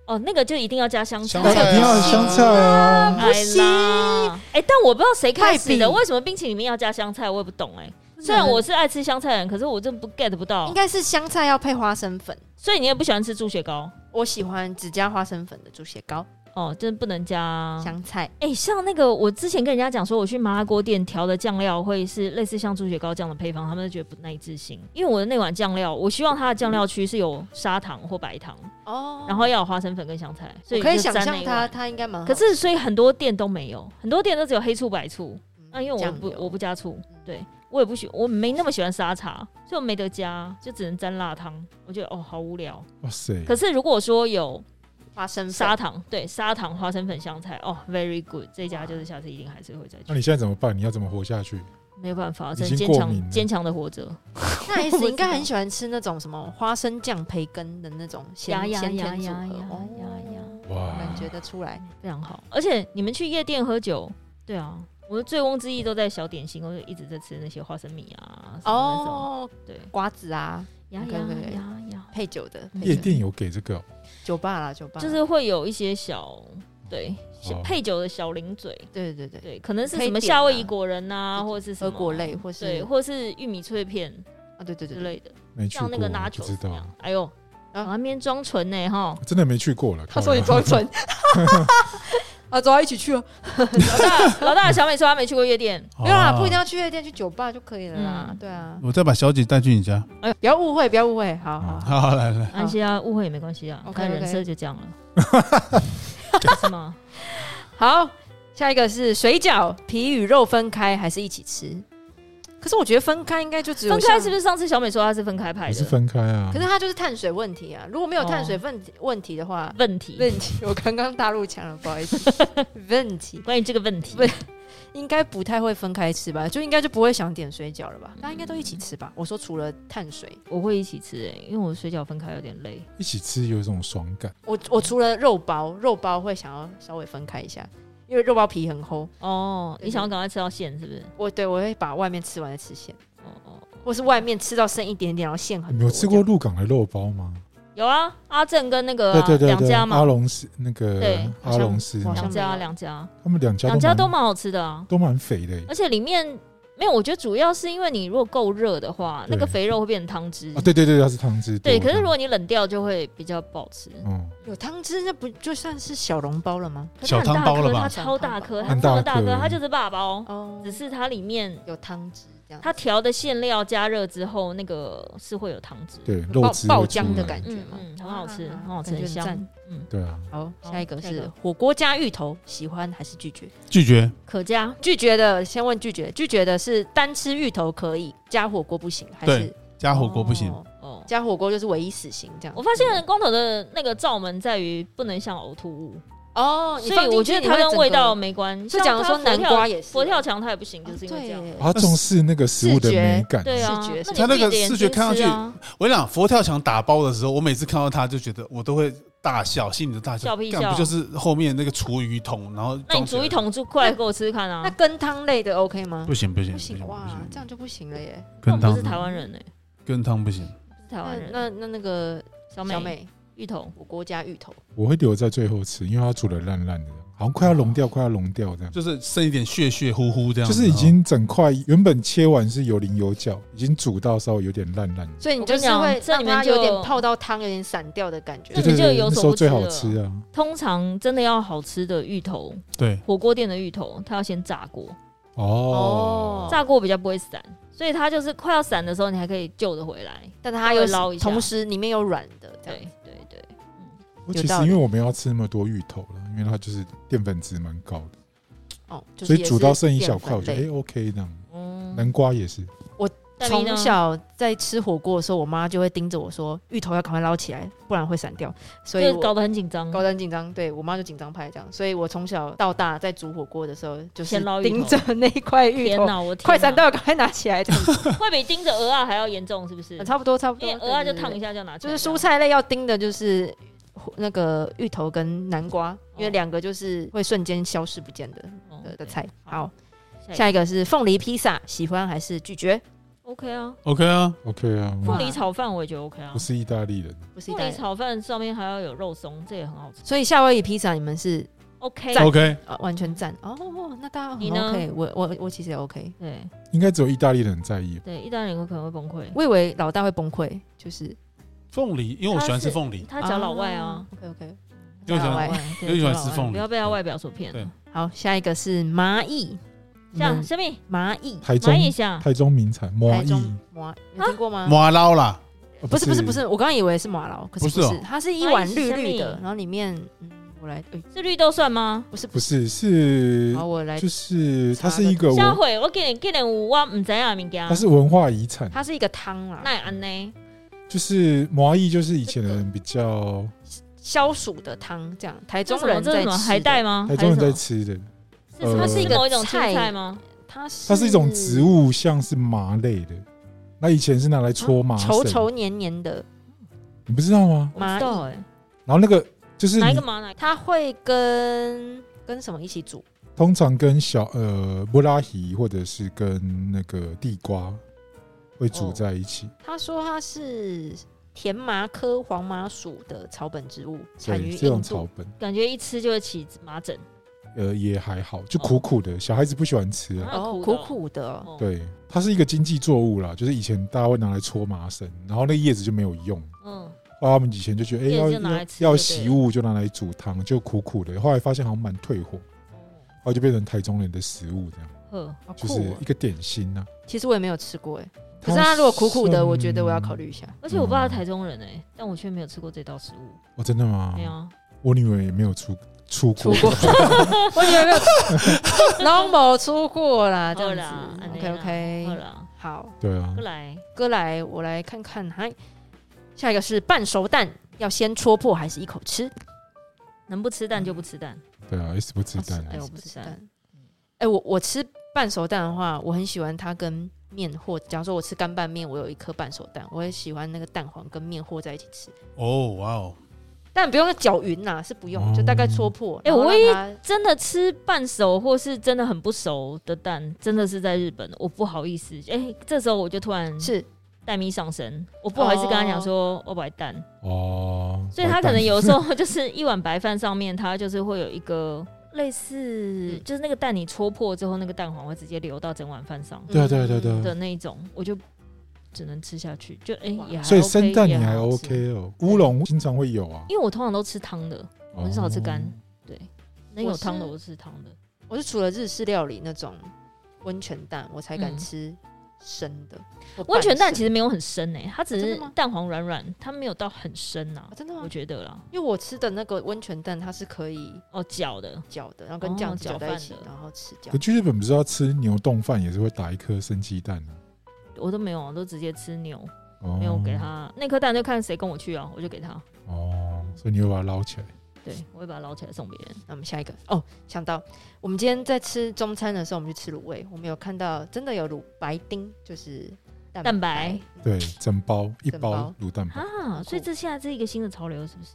C: 哦，那个就一定要加香
B: 香
A: 那
B: 菜
A: 一定要香菜啊！
C: 哎啦，哎，但我不知道谁开
D: 太
C: 始
D: 比
C: 的，为什么冰淇淋里面要加香菜，我也不懂哎。虽然我是爱吃香菜的人，可是我真不 get 不到
D: 应，该是香菜要配花生粉。
C: 所以你也不喜欢吃猪血糕
D: 我喜欢只加花生粉的猪血糕、
C: 哦，真的不能加
D: 香菜，
C: 哎、像那个我之前跟人家讲说，我去麻辣锅店调的酱料会是类似像猪血糕这样的配方，他们就觉得不耐置信。因为我的那碗酱料，我希望它的酱料区是有砂糖或白糖，
D: 哦
C: 然后要有花生粉跟香菜，所
D: 我
C: 以
D: 可以
C: 就
D: 想
C: 沾那
D: 象
C: 一
D: 它，
C: 碗。嗯
D: 它应该蛮好
C: 可是，所以很多店都没有，很多店都只有黑醋白醋。
D: 嗯
C: 那、因为我
D: 酱
C: 不
D: 油
C: 我不加醋，对我也不喜，我没那么喜欢沙茶，所以我没得加，就只能沾辣汤。我觉得哦，好无聊。
A: 哇塞！
C: 可是如果说有
D: 花生
C: 砂
D: 粉，
C: 糖，对砂糖、花生粉、香菜，哦，very good，这家就是下次一定还是会再去
A: 那。你现在怎么办？你要怎么活下去？
C: 没有办法，
A: 已
C: 只能
A: 经
C: 坚
A: 过敏了
C: 强坚强的活着。
D: 那 S
C: 我不
D: 应该
C: 知道
D: 很喜欢吃那种什么花生酱培根的那种
C: 呀
D: 咸
C: 呀
D: 咸甜
C: 呀
D: 组
C: 呀
D: 合
C: 呀，呀呀
D: 哦，
A: 哇
D: 感觉得出来。
C: 非常好。而且你们去夜店喝酒，对啊，我的醉翁之意都在小点心，我就一直在吃那些花生米啊，什么那种，
D: 哦，
C: 对，
D: 瓜子啊，
C: 呀
D: 可以可
C: 呀
D: 以
C: 呀呀，
D: 配酒的，
C: 嗯
D: 配
A: 夜
D: 酒
A: 店有给这个哦
D: 酒吧啦，酒吧
C: 就是会有一些小对小
A: 哦
C: 配酒的小零嘴，
D: 对对对，
C: 对，可能是
D: 可以
C: 什么
D: 点
C: 夏威
D: 啊
C: 夷果仁呐，
D: 对
C: 或者是什
D: 喝
C: 么
D: 果，类或是
C: 对，或是玉米脆片
D: 啊，对对对
C: 之
D: 对，
C: 类的，
A: 没去过，
C: 像那个拿
A: 我
C: 球
A: 不知道，
C: 哎呦，往那边装纯呢哈，
A: 真的没去过了。
D: 他说你装 纯， 啊，走啊，一起去哦。
C: 老大老大小美说她没去过夜店，
D: 没有啦，不一定
B: 啊。
D: 要去夜店，去酒吧就可以了啦
C: 嗯。
D: 对啊，
B: 我再把小姐带去你家。
D: 不要误会，不要误会，好好
A: 好
D: 好。
B: 好，来来，
C: 安息啊，误会也没关系啊，
D: OK，
C: 看
D: OK
C: 人设就这样了，是吗？
D: 好，下一个是水饺，皮与肉分开还是一起吃？可是我觉得分开应该就只有
C: 分开是不
D: 是？
C: 是上次小美说她是分开派
A: 我是
C: 的
A: 分开啊。
D: 可是它就是碳水问题啊，如果没有碳水问题问题的话，
C: 问题？
D: 问题 我刚刚大陆腔了，不好意思， 问题
C: 关于这个问题，
D: 问应该不太会分开吃吧？就应该就不会想点水饺了吧？大家应该都一起吃
C: 嗯
D: 吧？我说除了碳水，
C: 我会一起吃诶、因为我水饺分开有点累。
A: 一起吃有一种爽感，
D: 我我除了肉包，肉包会想要稍微分开一下，因为肉包皮很厚。
C: 哦，
D: 对
C: 你想要赶快吃到馅是不是？
D: 我对我会把外面吃完再吃馅，
C: 哦哦，
D: 或是外面吃到剩一点点，然后馅很
A: 你
D: 多。
A: 没有吃过鹿港的肉包吗？
C: 有啊，阿正跟那个啊
A: 对对对
C: 两
A: 对，
C: 家嘛
A: 阿，龙斯那
C: 对
A: 个阿
D: 好像
A: 龙斯
D: 好
A: 嘛，
D: 像
C: 两
D: 没
C: 家
D: 有
C: 两家
A: 他们两家
C: 两家都
A: 都蛮
C: 蛮好吃的啊，
A: 都蛮肥的欸
C: 而且里面没有，我觉得主要是因为你如果够热的话，
A: 对
C: 那个肥肉会变成汤汁
A: 啊。。对对对，它是汤汁多
C: 对，
A: 的。
C: 可是如果你冷掉就会比较不好吃。
A: 嗯，
D: 有汤汁，那不就算是小笼包了吗？
C: 可是
B: 小
C: 它很
B: 汤
C: 大
B: 包
C: 颗
B: 了吧
C: 它超大颗，它
A: 很
C: 这
A: 大
C: 么大
A: 颗
C: 颗，它就是大包，
D: 哦
C: 只是它里面
D: 有汤汁这样，
C: 它调的馅料加热之后，那个是会有汤汁，
A: 对，
D: 爆
A: 肉汁
D: 爆
A: 会出
D: 浆的
A: 来
D: 感觉
C: 嗯
D: 嘛，
C: 嗯，很好吃，
D: 啊
C: 很好吃，
D: 感
C: 很
D: 觉很
C: 香
D: 赞。
C: 嗯，
A: 对啊，
D: 好，
C: 好
D: 下一个
C: 下一
D: 是
C: 个
D: 火锅加芋头，喜欢还是拒绝？
B: 拒绝。
C: 可加
D: 拒绝的先问拒绝，拒绝的是单吃芋头可以，加火锅不行，还是
B: 对加火锅不行，
D: 哦
C: 哦。
D: 加火锅就是唯一死刑这样。嗯
C: 我发现光头的那个罩门在于不能像呕吐物，
D: 哦，你
C: 所
D: 放
C: 以
D: 进
C: 我
D: 去
C: 觉得
D: 你
C: 它
D: 会
C: 跟
D: 整
C: 味
D: 个
C: 道没关。
D: 就
C: 像
D: 讲
C: 它
D: 说
C: 佛
D: 南
C: 跳
D: 瓜也是
C: 佛跳墙，它也不啊行，就是因为这
D: 对
C: 样。
D: 耶
A: 它重视那个食物的
D: 视觉
A: 美感。
C: 对啊
D: 视觉，
C: 那你
B: 它那个
C: 自己的眼
B: 视觉
C: 睛
B: 看上去
C: 吃啊
B: 我跟你讲，佛跳墙打包的时候，我每次看到它就觉得我都会大笑，心里的大笑，
C: 笑屁
B: 干
C: 笑
B: 不就是后面那个厨余桶，然后
C: 那
B: 装
C: 你
B: 起
C: 煮
B: 来
C: 一桶就过来给我吃吃看
D: 那
C: 啊！
D: 羹汤类的 OK 吗？
B: 不行不行
D: 不
B: 不行
D: 行
B: 不
D: 哇，
B: 行，
D: 这样就不行了耶。
C: 那我
B: 跟
C: 们不是
B: 汤
C: 台湾人呢，
B: 跟汤不行，
C: 不是台
D: 那
C: 湾人。
D: 那那那个
C: 小美
D: 小美，
C: 芋头，
D: 我国家芋头，
A: 我会留在最后吃，因为它煮的烂烂的，好像快要融掉，
D: 哦
A: 快要融掉这样。
B: 就是剩一点血血乎乎这样哦
A: 就
B: 子，
A: 是已经整块原本切完是有棱有角，已经煮到稍微有点烂烂的，
D: 所以你
C: 我
D: 就
C: 跟
D: 是
C: 你讲
D: 会
C: 这
D: 让
C: 里面
D: 它有
C: 就
D: 点泡到汤，有点散掉的感觉
C: 这
A: 对。对
C: 里就
A: 对，
C: 有
A: 那时
C: 所
A: 候
C: 不
A: 最好
C: 吃
A: 吃啊，
C: 通常真的要好吃的芋头，
B: 对
C: 火锅店的芋头，它要先炸过，
A: 哦，
C: 炸过比较不会散，所以它就是快要散的时候，你还可以救得回来。
D: 但它又
C: 稍微捞一下
D: 同时里面有软的，这样
C: 对对对，
A: 我其实因为我没有要吃那么多芋头了，因为它就是淀粉值蛮高的，
D: 哦，就是
A: 所以
D: 也是
A: 煮到剩一小块，
D: 淀
A: 我觉
D: 粉
A: 得
D: 类
A: 哎 OK 这样。南
C: 嗯，
A: 瓜也是，
C: 但
D: 从小在吃火锅的时候，我妈就会盯着我说，芋头要赶快捞起来，不然会散掉。所
C: 就
D: 以
C: 是
D: 我
C: 搞得很紧张，
D: 高端紧张，对我妈就紧张派这样，所以我从小到大在煮火锅的时候，就是
C: 先捞芋头
D: 盯着那一块芋
C: 天
D: 头，
C: 哪，我天啊
D: 快
C: 哪
D: 闪到赶快拿起来这 样子，
C: 会比盯着鹅啊还要严重，是不是？
D: 差不多差不
C: 因
D: 多
C: 为，鹅啊
D: 对
C: 就烫一，下就拿
D: 对
C: 出
D: 对
C: 来了，
D: 就是蔬菜类要盯的就是那个芋头跟南瓜，因为两个就是会瞬间消失不见的呃
C: 哦
D: 的的
C: 对
D: 菜。好
C: 好，
D: 下一个是凤梨披萨，喜欢还是拒绝？
C: ，OK 啊，
B: OK 啊，
A: OK 啊，
D: 哇
A: 我
C: 凤梨炒饭我也觉得 OK 啊
A: 不，是意大利人，
D: 不是意
C: 凤
D: 大利
C: 梨
D: 人，
C: 炒饭上面还要有肉松，这也很好吃
D: 所以夏威夷披萨你们是
C: ，OK。
B: OK
D: 呃完全赞哦，那大家很
C: 你呢
D: OK，我我我其实也 OK，
C: 对
A: 应该只有意大利人在意吧。
C: 对，意大利人可能会崩溃，
D: 我以为老大会崩溃，就是
B: 凤梨，因为我喜欢吃
C: 它是
B: 凤梨，
C: 他讲老外啊，
D: OK OK，
B: 因为我喜
D: 老
B: 欢
D: 外
B: 因
C: 对
B: 为我喜欢
D: 老
B: 吃
D: 外
B: 凤
C: 不
B: 梨
C: 要，被他外表所骗
B: 对
C: 了。
D: 好，下一个是蚂蚁，
C: 像
D: 嗯
C: 生命
D: 蚂蚁，
A: 台中
C: 蚂蚁像
A: 台中名产蚂
D: 啊台中
A: 蚁，
D: 蚂，有听过吗？
B: 麻捞啦，
A: 哦
D: 不是不是不是，我刚刚以为是马劳，可是
B: 不是
D: 不
B: 哦
D: 是，它是一碗
C: 蚂蚁
D: 绿
C: 是生
D: 绿的，
C: 命
D: 然后里面，嗯，我来，哎，
C: 是绿豆算吗？
D: 不是不
A: 不
D: 是，
A: 是是
D: 好，我来
A: 就，是它
D: 查
A: 是
D: 个
A: 一个
C: 下
A: 文，
C: 回我给你给你五我唔知啊物件
A: 它，是文化遗产，
D: 它是一个汤啦，
C: 那安呢？
A: 就是麻蚁，就是以前的
D: 这个
A: 人比较
D: 消暑的汤，这样，台
C: 这
D: 中
C: 是什么
D: 人
C: 这是
D: 在
C: 什
D: 吃
C: 么
D: 的
C: 海带，
D: 啊
C: 吗？
A: 台中人
C: 还
A: 在
C: 是什
A: 吃的，
C: 么是什么
A: 呃
C: 是某一种青
D: 它是一个
C: 菜
D: 菜
C: 吗？
D: 它是
A: 它是一种植，物，像是麻类的。那以前是拿来搓麻
D: 嗯稠
A: 绳，
D: 稠黏黏的，
A: 你不知道吗？
C: 我不知道哎，
A: 然后那个就是
C: 哪一
A: 你
C: 个麻哪一个？
D: 它会跟跟什么一起煮？
A: 通常跟小呃布拉提或者是跟那个地瓜会煮
D: 哦
A: 在一起，
D: 他说它是甜麻科黄麻属的草本植物，产于
A: 对，这种
D: 印
A: 草
D: 度。
A: 本
C: 感觉一吃就会起麻疹，
A: 呃也还好，就
C: 哦
A: 苦苦的，小孩子不喜欢吃啊。
C: 啊
D: 哦，
C: 苦
D: 苦
C: 的哦
D: 苦的，
C: 哦，
A: 对，它是一个经济作物啦，就是以前大家会拿来搓麻绳，然后那叶子就没有用，
C: 嗯，
A: 后来他们以前就觉得，哎、
C: 叶子
A: 要
C: 就拿来
A: 要
C: 吃就
A: 要
C: 对
A: 习
C: 了
A: 物就拿来煮汤，就苦苦的，后来发现好像蛮退火，
C: 哦
A: 然后就变成台中人的食物，这样
C: 呵，
D: 好
A: 就
D: 酷
A: 是
D: 哦。
C: 啊
A: 一个点心啊呐、
D: 其实我也没有吃过哎，可是它如果苦苦的，我觉得我要考虑一下。
C: 而且我爸是台中人哎，但我却没有吃过这道食物，
A: 哦，真的吗
C: 没？有啊，
A: 我女儿也没有出出
D: 出
A: 过，
D: 过， 我以为没有 n o 出 过啦，这
C: 好
D: 样
C: 啦
D: 子。
C: 安尼
D: OK
C: 啦啊好
D: OK，
C: 啦，
D: 好，
A: 对啊
C: 不，来
D: 哥来，我来看看。嗨，下一个是半熟蛋，要先戳破还是一口吃？
C: 能不吃蛋就不吃蛋，
A: 对啊，S 不吃蛋
C: 哎
D: 哎，
C: 我
D: 我
C: 不
D: 不
C: 吃
D: 吃
C: 蛋
D: 蛋。哎，我我吃半熟蛋的话，我很喜欢它跟面和。假如说我吃干拌面，我有一颗半熟蛋，我也喜欢那个蛋黄跟面和在一起吃。
B: 哦哇哦，
D: 但不用搅匀啦，是不
A: 哦
D: 用，就大概戳破。
C: 哎
D: 然后
C: 我
D: 让
C: 也
D: 它
C: 真的吃半熟或是真的很不熟的蛋，真的是在日本，我不好意思。哎、这时候我就突然
D: 是
C: 蛋咪上身，我不好意思跟他讲说我白蛋，
A: 哦，
C: 所以
A: 完
C: 他可
A: 蛋
C: 能有时候 就是一碗白饭上面，他就是会有一个类似，
D: 嗯
C: 就是那个蛋你戳破之后，那个蛋黄会直接流到整碗饭
D: 嗯
C: 上
A: 对啊对啊对啊对
C: 的
A: 啊，
C: 那一种，我就只能吃下去，就哎、
D: 哇
C: 也还 OK，
A: 所以生蛋你
C: 也
A: 还
C: 好吃
A: OK 哦，乌龙经常会有啊，
C: 因为我通常都吃汤的，我很少吃干
A: 哦
C: 对，能有
D: 我是
C: 汤的我吃汤的，
D: 我是除了日式料理那种温泉蛋，我才敢
C: 嗯
D: 吃生的。或
C: 温泉蛋
D: 半生
C: 其实没有很深诶、它只
D: 啊真
C: 是
D: 的吗
C: 蛋黄软软，它没有到很深呐、
D: 啊真的
C: 我
D: 吗？
C: 觉得啦。
D: 因为我吃的那个温泉蛋，它是可以
C: 哦，搅的，
D: 搅的，然后
C: 哦
D: 跟酱子
C: 搅
D: 搅在一
C: 拌
D: 起
C: 的，
D: 然后吃酱
A: 可。去日本不是要吃牛冻饭，也是会打一颗生鸡蛋啊的、
C: 我都没有，我都直接吃牛，
A: 哦，
C: 没有给他那颗蛋，就看谁跟我去啊，我就给他。
A: 哦，所以你会把它捞起来。
C: 对，我会把它捞起来送别人。
D: 那我们下一个哦，想到我们今天在吃中餐的时候，我们去吃卤味，我们有看到真的有卤白丁，就是蛋
C: 蛋白
D: 白。嗯
A: 对，整包一
D: 整
A: 包
D: 包
A: 卤蛋包，
C: 啊，所以这现在是一个新的潮流，是不是？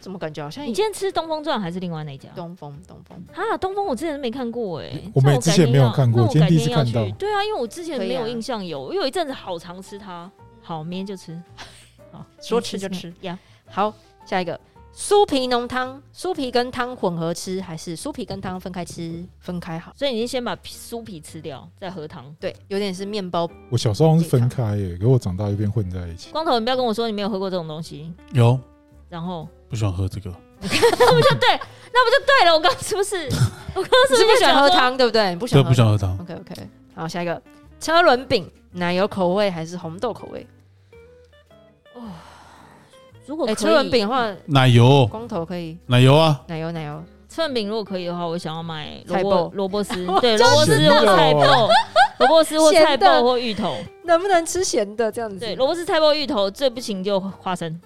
D: 怎么感觉好像
C: 你今天吃东风转还是另外那一家？
D: 东风东风？
C: 啊，东风我之前没看过哎、欸，
A: 我们
C: 那
A: 之前没有看过
C: 改天
A: 今
C: 要
A: 天第一次看到
C: 那我改天要去对啊，因为我之前
D: 可以啊
C: 没有印象有，我有一阵子好常吃它。好，明天就吃。好，
D: 说吃就吃
C: 明天呀。
D: 好，下一个酥皮浓汤，酥皮跟汤混合吃，还是酥皮跟汤分开吃？分开好。
C: 所以你是先把皮酥皮吃掉，再喝汤。
D: 对，有点是面包
A: 我小时候好像是分开耶，可我长大又变混在一起。
C: 光头，你不要跟我说你没有喝过这种东西。
B: 有
C: 然后，
B: 不喜欢喝这个，
C: 那不就对了？我刚是不 是？我刚是
D: 你是不
C: 就
D: 喜欢
C: 想
D: 喝
C: 说？
D: 汤，对不对？你不喜
B: 对，
D: 欢
B: 不
D: 喝
B: 喜欢喝汤。
D: OK OK，好，下一个车轮饼，奶油口味还是红豆口味？
C: 如果
D: 哎、
C: 哦可以，
D: 车轮饼的话，
B: 奶油，
D: 光头可以，
B: 奶油啊，
D: 奶油奶油，
C: 车轮饼如果可以的话，我想要买萝
D: 菜
C: 卜
D: 脯
C: 萝卜丝
D: 我，
C: 对，
D: 就
C: 萝卜丝
A: 是
C: 或菜
A: 咸
C: 脯，萝卜丝或
D: 咸
C: 菜
D: 的
C: 脯或芋头。
D: 能不能吃咸的这样子？
C: 对，萝卜丝、菜脯、芋头，最不行就花生，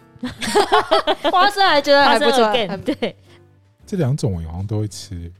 D: 花生还觉得还
C: 花
D: 不
C: 生
D: 错，嗯
C: again，
D: 很
C: 对，
A: 这两种我好像都会吃，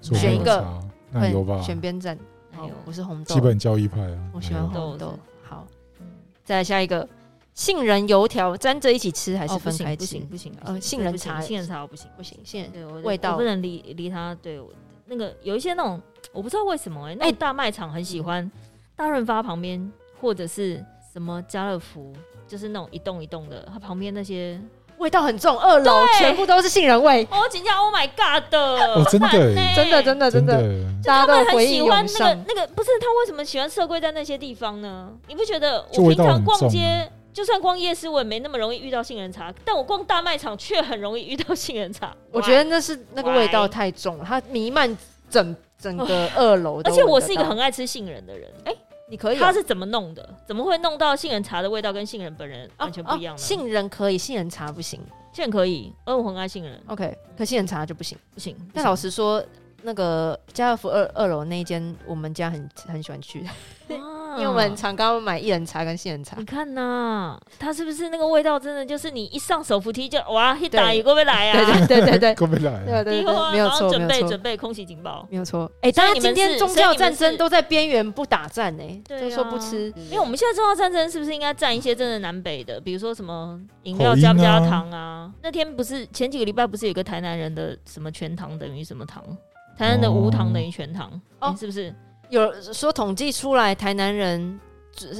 A: 所以我
D: 选
A: 没
D: 一
A: 有
D: 个
A: 差，奶油吧，
D: 选边站，
C: 还
D: 好
C: 有，
D: 我是红豆，
A: 基本教义派啊，
D: 我喜
A: 奶
D: 欢
A: 油
D: 红
C: 豆
D: 豆
C: 子。
D: 好，
C: 嗯
D: 再来下一个，杏仁油条沾着一起吃还
C: 哦
D: 是
C: 不
D: 分
C: 行
D: 开
C: 不
D: 吃？
C: 行不行，不
D: 呃
C: 行
D: 杏仁
C: 不行
D: 茶也
C: 杏仁
D: 是
C: 茶我不行，
D: 不行，杏仁
C: 对我
D: 味道
C: 我不能离离它，对我那个有一些那种我不知道为什么哎，那
D: 哎
C: 种大卖场很喜欢大润发旁边或者是什么家乐福，就是那种一栋一栋的，它旁边那些
D: 味道很重，二楼
C: 对
D: 全部都是杏仁味，
C: 哦，请假 Oh my God 的，
A: 哦真的
C: 很
A: 欸
C: 烂欸
D: 真的真的
A: 真
D: 真的，
A: 的。
C: 他
D: 大家
C: 们
D: 都
C: 很
D: 回忆
C: 喜欢
D: 涌
C: 那个
D: 上。
C: 那个，不是他为什么喜欢社会在那些地方呢？你不觉得
A: 就
C: 我
A: 味
C: 平
A: 道
C: 常
A: 很
C: 逛
A: 重啊
C: 街，就算逛夜市，我也没那么容易遇到杏仁茶，但我逛大卖场却很容易遇到杏仁茶。
D: 我
C: 哇
D: 觉，得那是那个味道
C: Why？哦
D: 太重了，它弥漫整整个二
C: 而
D: 楼都闻得到。
C: 且我是一个很爱吃杏仁的人，哎、
D: 你可以啊，
C: 他是怎么弄的？怎么会弄到杏仁茶的味道跟杏仁本人
D: 啊
C: 完全不一样
D: 啊
C: 呢？
D: 杏仁可以，杏仁茶不行。
C: 杏仁可以，哦而我很爱杏仁，
D: OK，可杏仁茶就不行。
C: 不行。
D: 但
C: 不
D: 老实说，那个家乐福二二楼那一间，我们家很很喜欢去，
C: 行啊
D: 因为我们常刚买薏仁茶跟杏仁茶
C: 你。看呐、它是不是那个味道？真的就是你一上手扶梯就哇，一打
D: 对
C: 有个会来啊！
D: 对对对对 对
A: 够不来
D: 对
A: 啊，
D: 对
C: 以后
D: 对，
C: 啊
D: 没有
C: 马上
D: 错
C: 准
D: 没
C: 备
D: 有
C: 准
D: 错。
C: 备空袭警报。
D: 没有错，哎、
C: 所以
D: 大家
C: 你
D: 今
C: 们
D: 天
C: 是
D: 宗
C: 所以
D: 教
C: 你们
D: 战争
C: 是
D: 都在边缘不打战呢、
C: 对
D: 就
C: 啊
D: 说不吃，
C: 因为我们现在中澳战争是不是应该站一些真的南北的，比如说什么饮
A: 口
C: 料
A: 音
C: 加不加
A: 啊
C: 糖啊？那天不是前几个礼拜不是有一个台南人的什么全糖等于什么糖？台南的无糖等于全糖，
D: 哦
C: 诶是不是？
D: 有说统计出来，台南人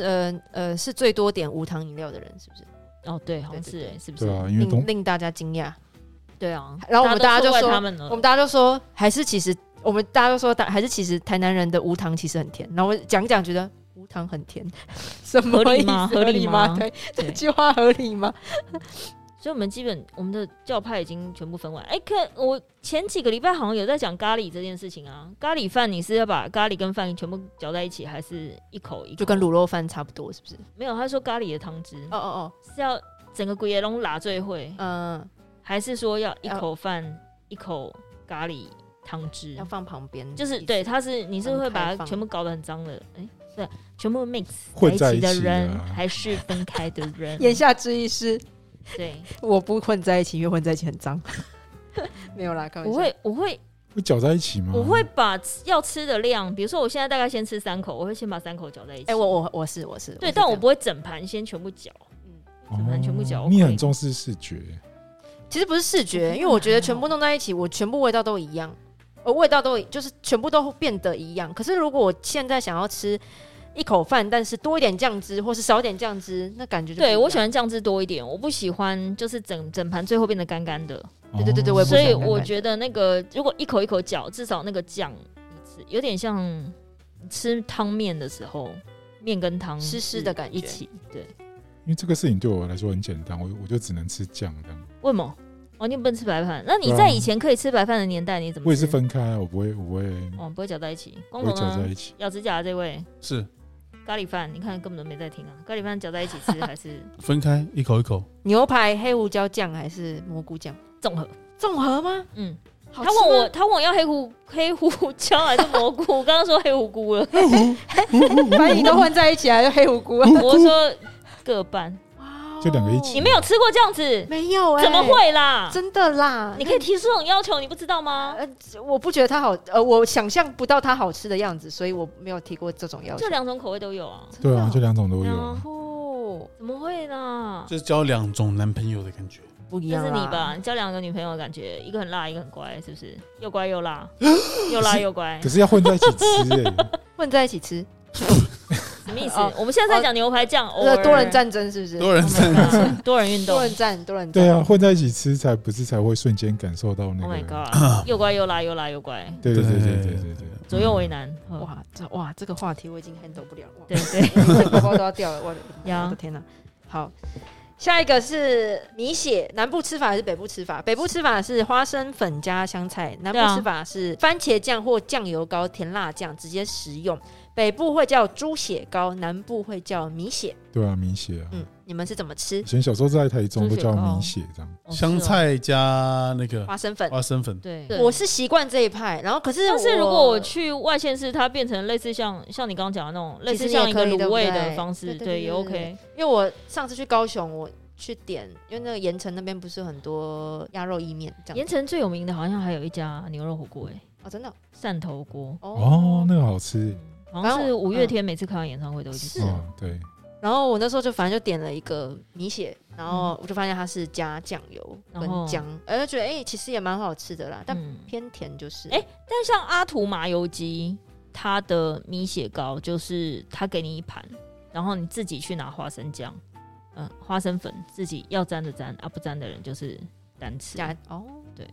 D: 呃呃是最多点无糖饮料的人，是不是？
C: 哦，对，好像
D: 对
C: 是
D: 对
C: 哎、是不是？
A: 对啊，因为
D: 令
A: 东
D: 令大家惊讶。
C: 对啊
D: 然后我们
C: 大
D: 大家就
C: 都错怪
D: 说
C: 他们了，
D: 我们大家就说，还是其实我们大家都说，大还是其实台南人的无糖其实很甜。然后我讲一讲觉得无糖很甜， 什么
C: 合理
D: 意思
C: 吗
D: 合
C: 合理
D: 理
C: 吗
D: 对，这
C: 对
D: 句话合理吗？
C: 所以我们基本我们的教派已经全部分完。哎、可我前几个礼拜好像有在讲咖喱这件事情啊，咖喱饭你是要把咖喱跟饭全部搅在一起，还是一口一口？
D: 就跟卤肉饭差不多，是不是？
C: 没有，他说咖喱的汤汁
D: 哦哦
C: 是要整个鬼也拢拉最会
D: 哦，，嗯，
C: 还是说要一
D: 要
C: 口饭一口咖喱汤汁
D: 要？放旁边，
C: 就是对，它是你是会把
D: 分开
C: 它
D: 放
C: 全部搞得很脏的，哎、对，全部 mix
A: 混在
C: 一
A: 一
C: 起
A: 起的
C: 的人，
A: 啊
C: 还是分开的 人？
D: 言下之意是
C: 对，
D: 我不混在一起，因为混在一起很脏。没有啦，开玩
C: 我
D: 笑。
C: 会我会
A: 会搅在一起吗？
C: 我会把要吃的量，比如说我现在大概先吃三口，我会先把三口搅在一起。
D: 哎、我我我是我是
C: 对，
D: 是
C: 但
D: 这
C: 我
D: 样
C: 不会整盘先全部搅，
A: 哦
C: 整盘全部搅
A: 你
C: 会
A: 很重视视觉，
D: 其实不是视
C: 我觉得
D: 觉，因为我觉得
C: 还
D: 全
C: 好
D: 部弄在一起，我全部味道都一样，呃，味道都就是全部都变得一样。可是如果我现在想要吃一口饭，但是多一点酱汁或是少一点酱汁，那感觉就不一
C: 对
D: 样
C: 我喜。欢酱汁多一点，我不喜欢就是整整盘最后变得干干的。
D: 对对对对
A: 哦
D: 我也不
C: 所
D: 喜
C: 以
D: 欢干
C: 我
D: 干
C: 觉得那个如果一口一口嚼，至少那个酱有点像吃汤面的时候，面跟汤
D: 湿湿的
C: 是
D: 感觉
C: 一起。对，
A: 因为这个事情对我来说很简单，我我就只能吃酱这样。
C: 为什么？哦，你不能吃白饭？那你
A: 对啊
C: 在以前可以吃白饭的年代，你怎么吃？
A: 我也是分开啊，我不会，我不会，
C: 哦，不会搅在一起。
A: 不
C: 光
A: 会
C: 头
A: 搅在
C: 呢？
A: 一起。
C: 咬指甲的这位
B: 是
C: 咖喱饭，你看根本都没在听啊！咖喱饭搅在一起吃还是
B: 分开一口一口，
D: 牛排黑胡椒酱还是蘑菇酱？
C: 综合？
D: 综合吗？
C: 嗯，
D: 好
C: 他
D: 吃
C: 问我，
D: 吗
C: 他问我要黑胡黑胡椒还是蘑菇？我刚刚说黑 胡菇了，
D: 翻译都混在一起，还是黑胡 菇？
A: 哦
C: 我说各半。
D: 哇哦
A: 就两个一起
C: 你没有吃过这样子？
D: 没有哎、
C: 怎么？会啦？
D: 真的啦！
C: 你可以提出这种要求，你不知道吗？
D: 那我不觉得它好，呃，我想象不到它好吃的样子，所以我没有提过这种要求
C: 这。两种口味都有啊，
A: 对啊，
D: 真
A: 就
D: 的
A: 两种都
C: 对
A: 有
C: 啊
A: 啊。
D: 哦，
C: 怎么会啦？
B: 就是交两种男朋友的感觉。
D: 不一
C: 就
D: 样
C: 是
D: 啦。
C: 你吧，你交两个女朋友，感觉一个很辣，一个很乖，是不是？又乖又辣，又辣又乖
A: 可，是要混在一起吃、欸，
D: 混在一起吃，
C: 什么意思
D: 哦？
C: 我们现在在讲牛排酱，偶
D: 呃
C: 尔，
D: 多人 战争是不是？
B: 多人在
C: 嗯，多人运动
D: 多。人战，多人
A: 对
D: 战。
A: 啊，混在一起吃才不是才会瞬间感受到那
C: Oh
A: 个。
C: my god！又乖又辣又辣又乖，
A: 对对对
B: 对
A: 对对对对
C: 左右为难。嗯
D: 哇，这哇这个话题我已经 handle 不了了，
C: 对对，
D: 哇，这包包都要掉了， 我的
C: 呀
D: 我的天哪！好，下一个是米血，南部吃法还是北部吃法？北部吃法是花生粉加香菜，南部
C: 对啊
D: 吃法是番茄酱或酱油膏、甜辣酱直接食用。北部会叫猪血糕，南部会叫米血。
A: 对啊，米血啊！
D: 嗯，你们是怎么吃
A: 以？前小时候在台中都叫米血这样，
C: 哦
B: 香。
C: 是哦
B: 菜加那个
D: 花生粉。
B: 花生粉，
C: 对，
D: 我是习惯这一派，然后可是
C: 但是如果我去外县市，它变成类似像像你刚刚讲的那种，类
D: 其实
C: 似
D: 你
C: 像
D: 也
C: 一
D: 可
C: 个
D: 以对
C: 卤
D: 不
C: 味
D: 对
C: 的方式，
D: 对对对
C: 对，也
D: 对对
C: OK。
D: 因为我上次去高雄，我去点，因为那个盐城那边不是有很多鸭肉意面这样
C: 盐
D: 子
C: 城最有名的好像还有一家牛肉火锅，哎，
D: 哦，真的哦
C: 汕头锅，
A: 哦，那个好吃。
C: 好像
D: 反
C: 是
D: 正我
C: 五月天每次开完演唱会都会去吃
D: 是啊。
A: 哦，对，
D: 然后我那时候就反正就点了一个米血，然后我就发现它是加酱油
C: 然后
D: 跟姜，哎，就觉得哎、其实也蛮好吃的啦，但
C: 嗯，
D: 偏甜就是。
C: 哎但像阿图麻油鸡，它的米血糕就是它给你一盘，然后你自己去拿花生酱，嗯，花生粉自己要沾的沾，啊不沾的人就是单吃。
D: 加哦，
C: 对，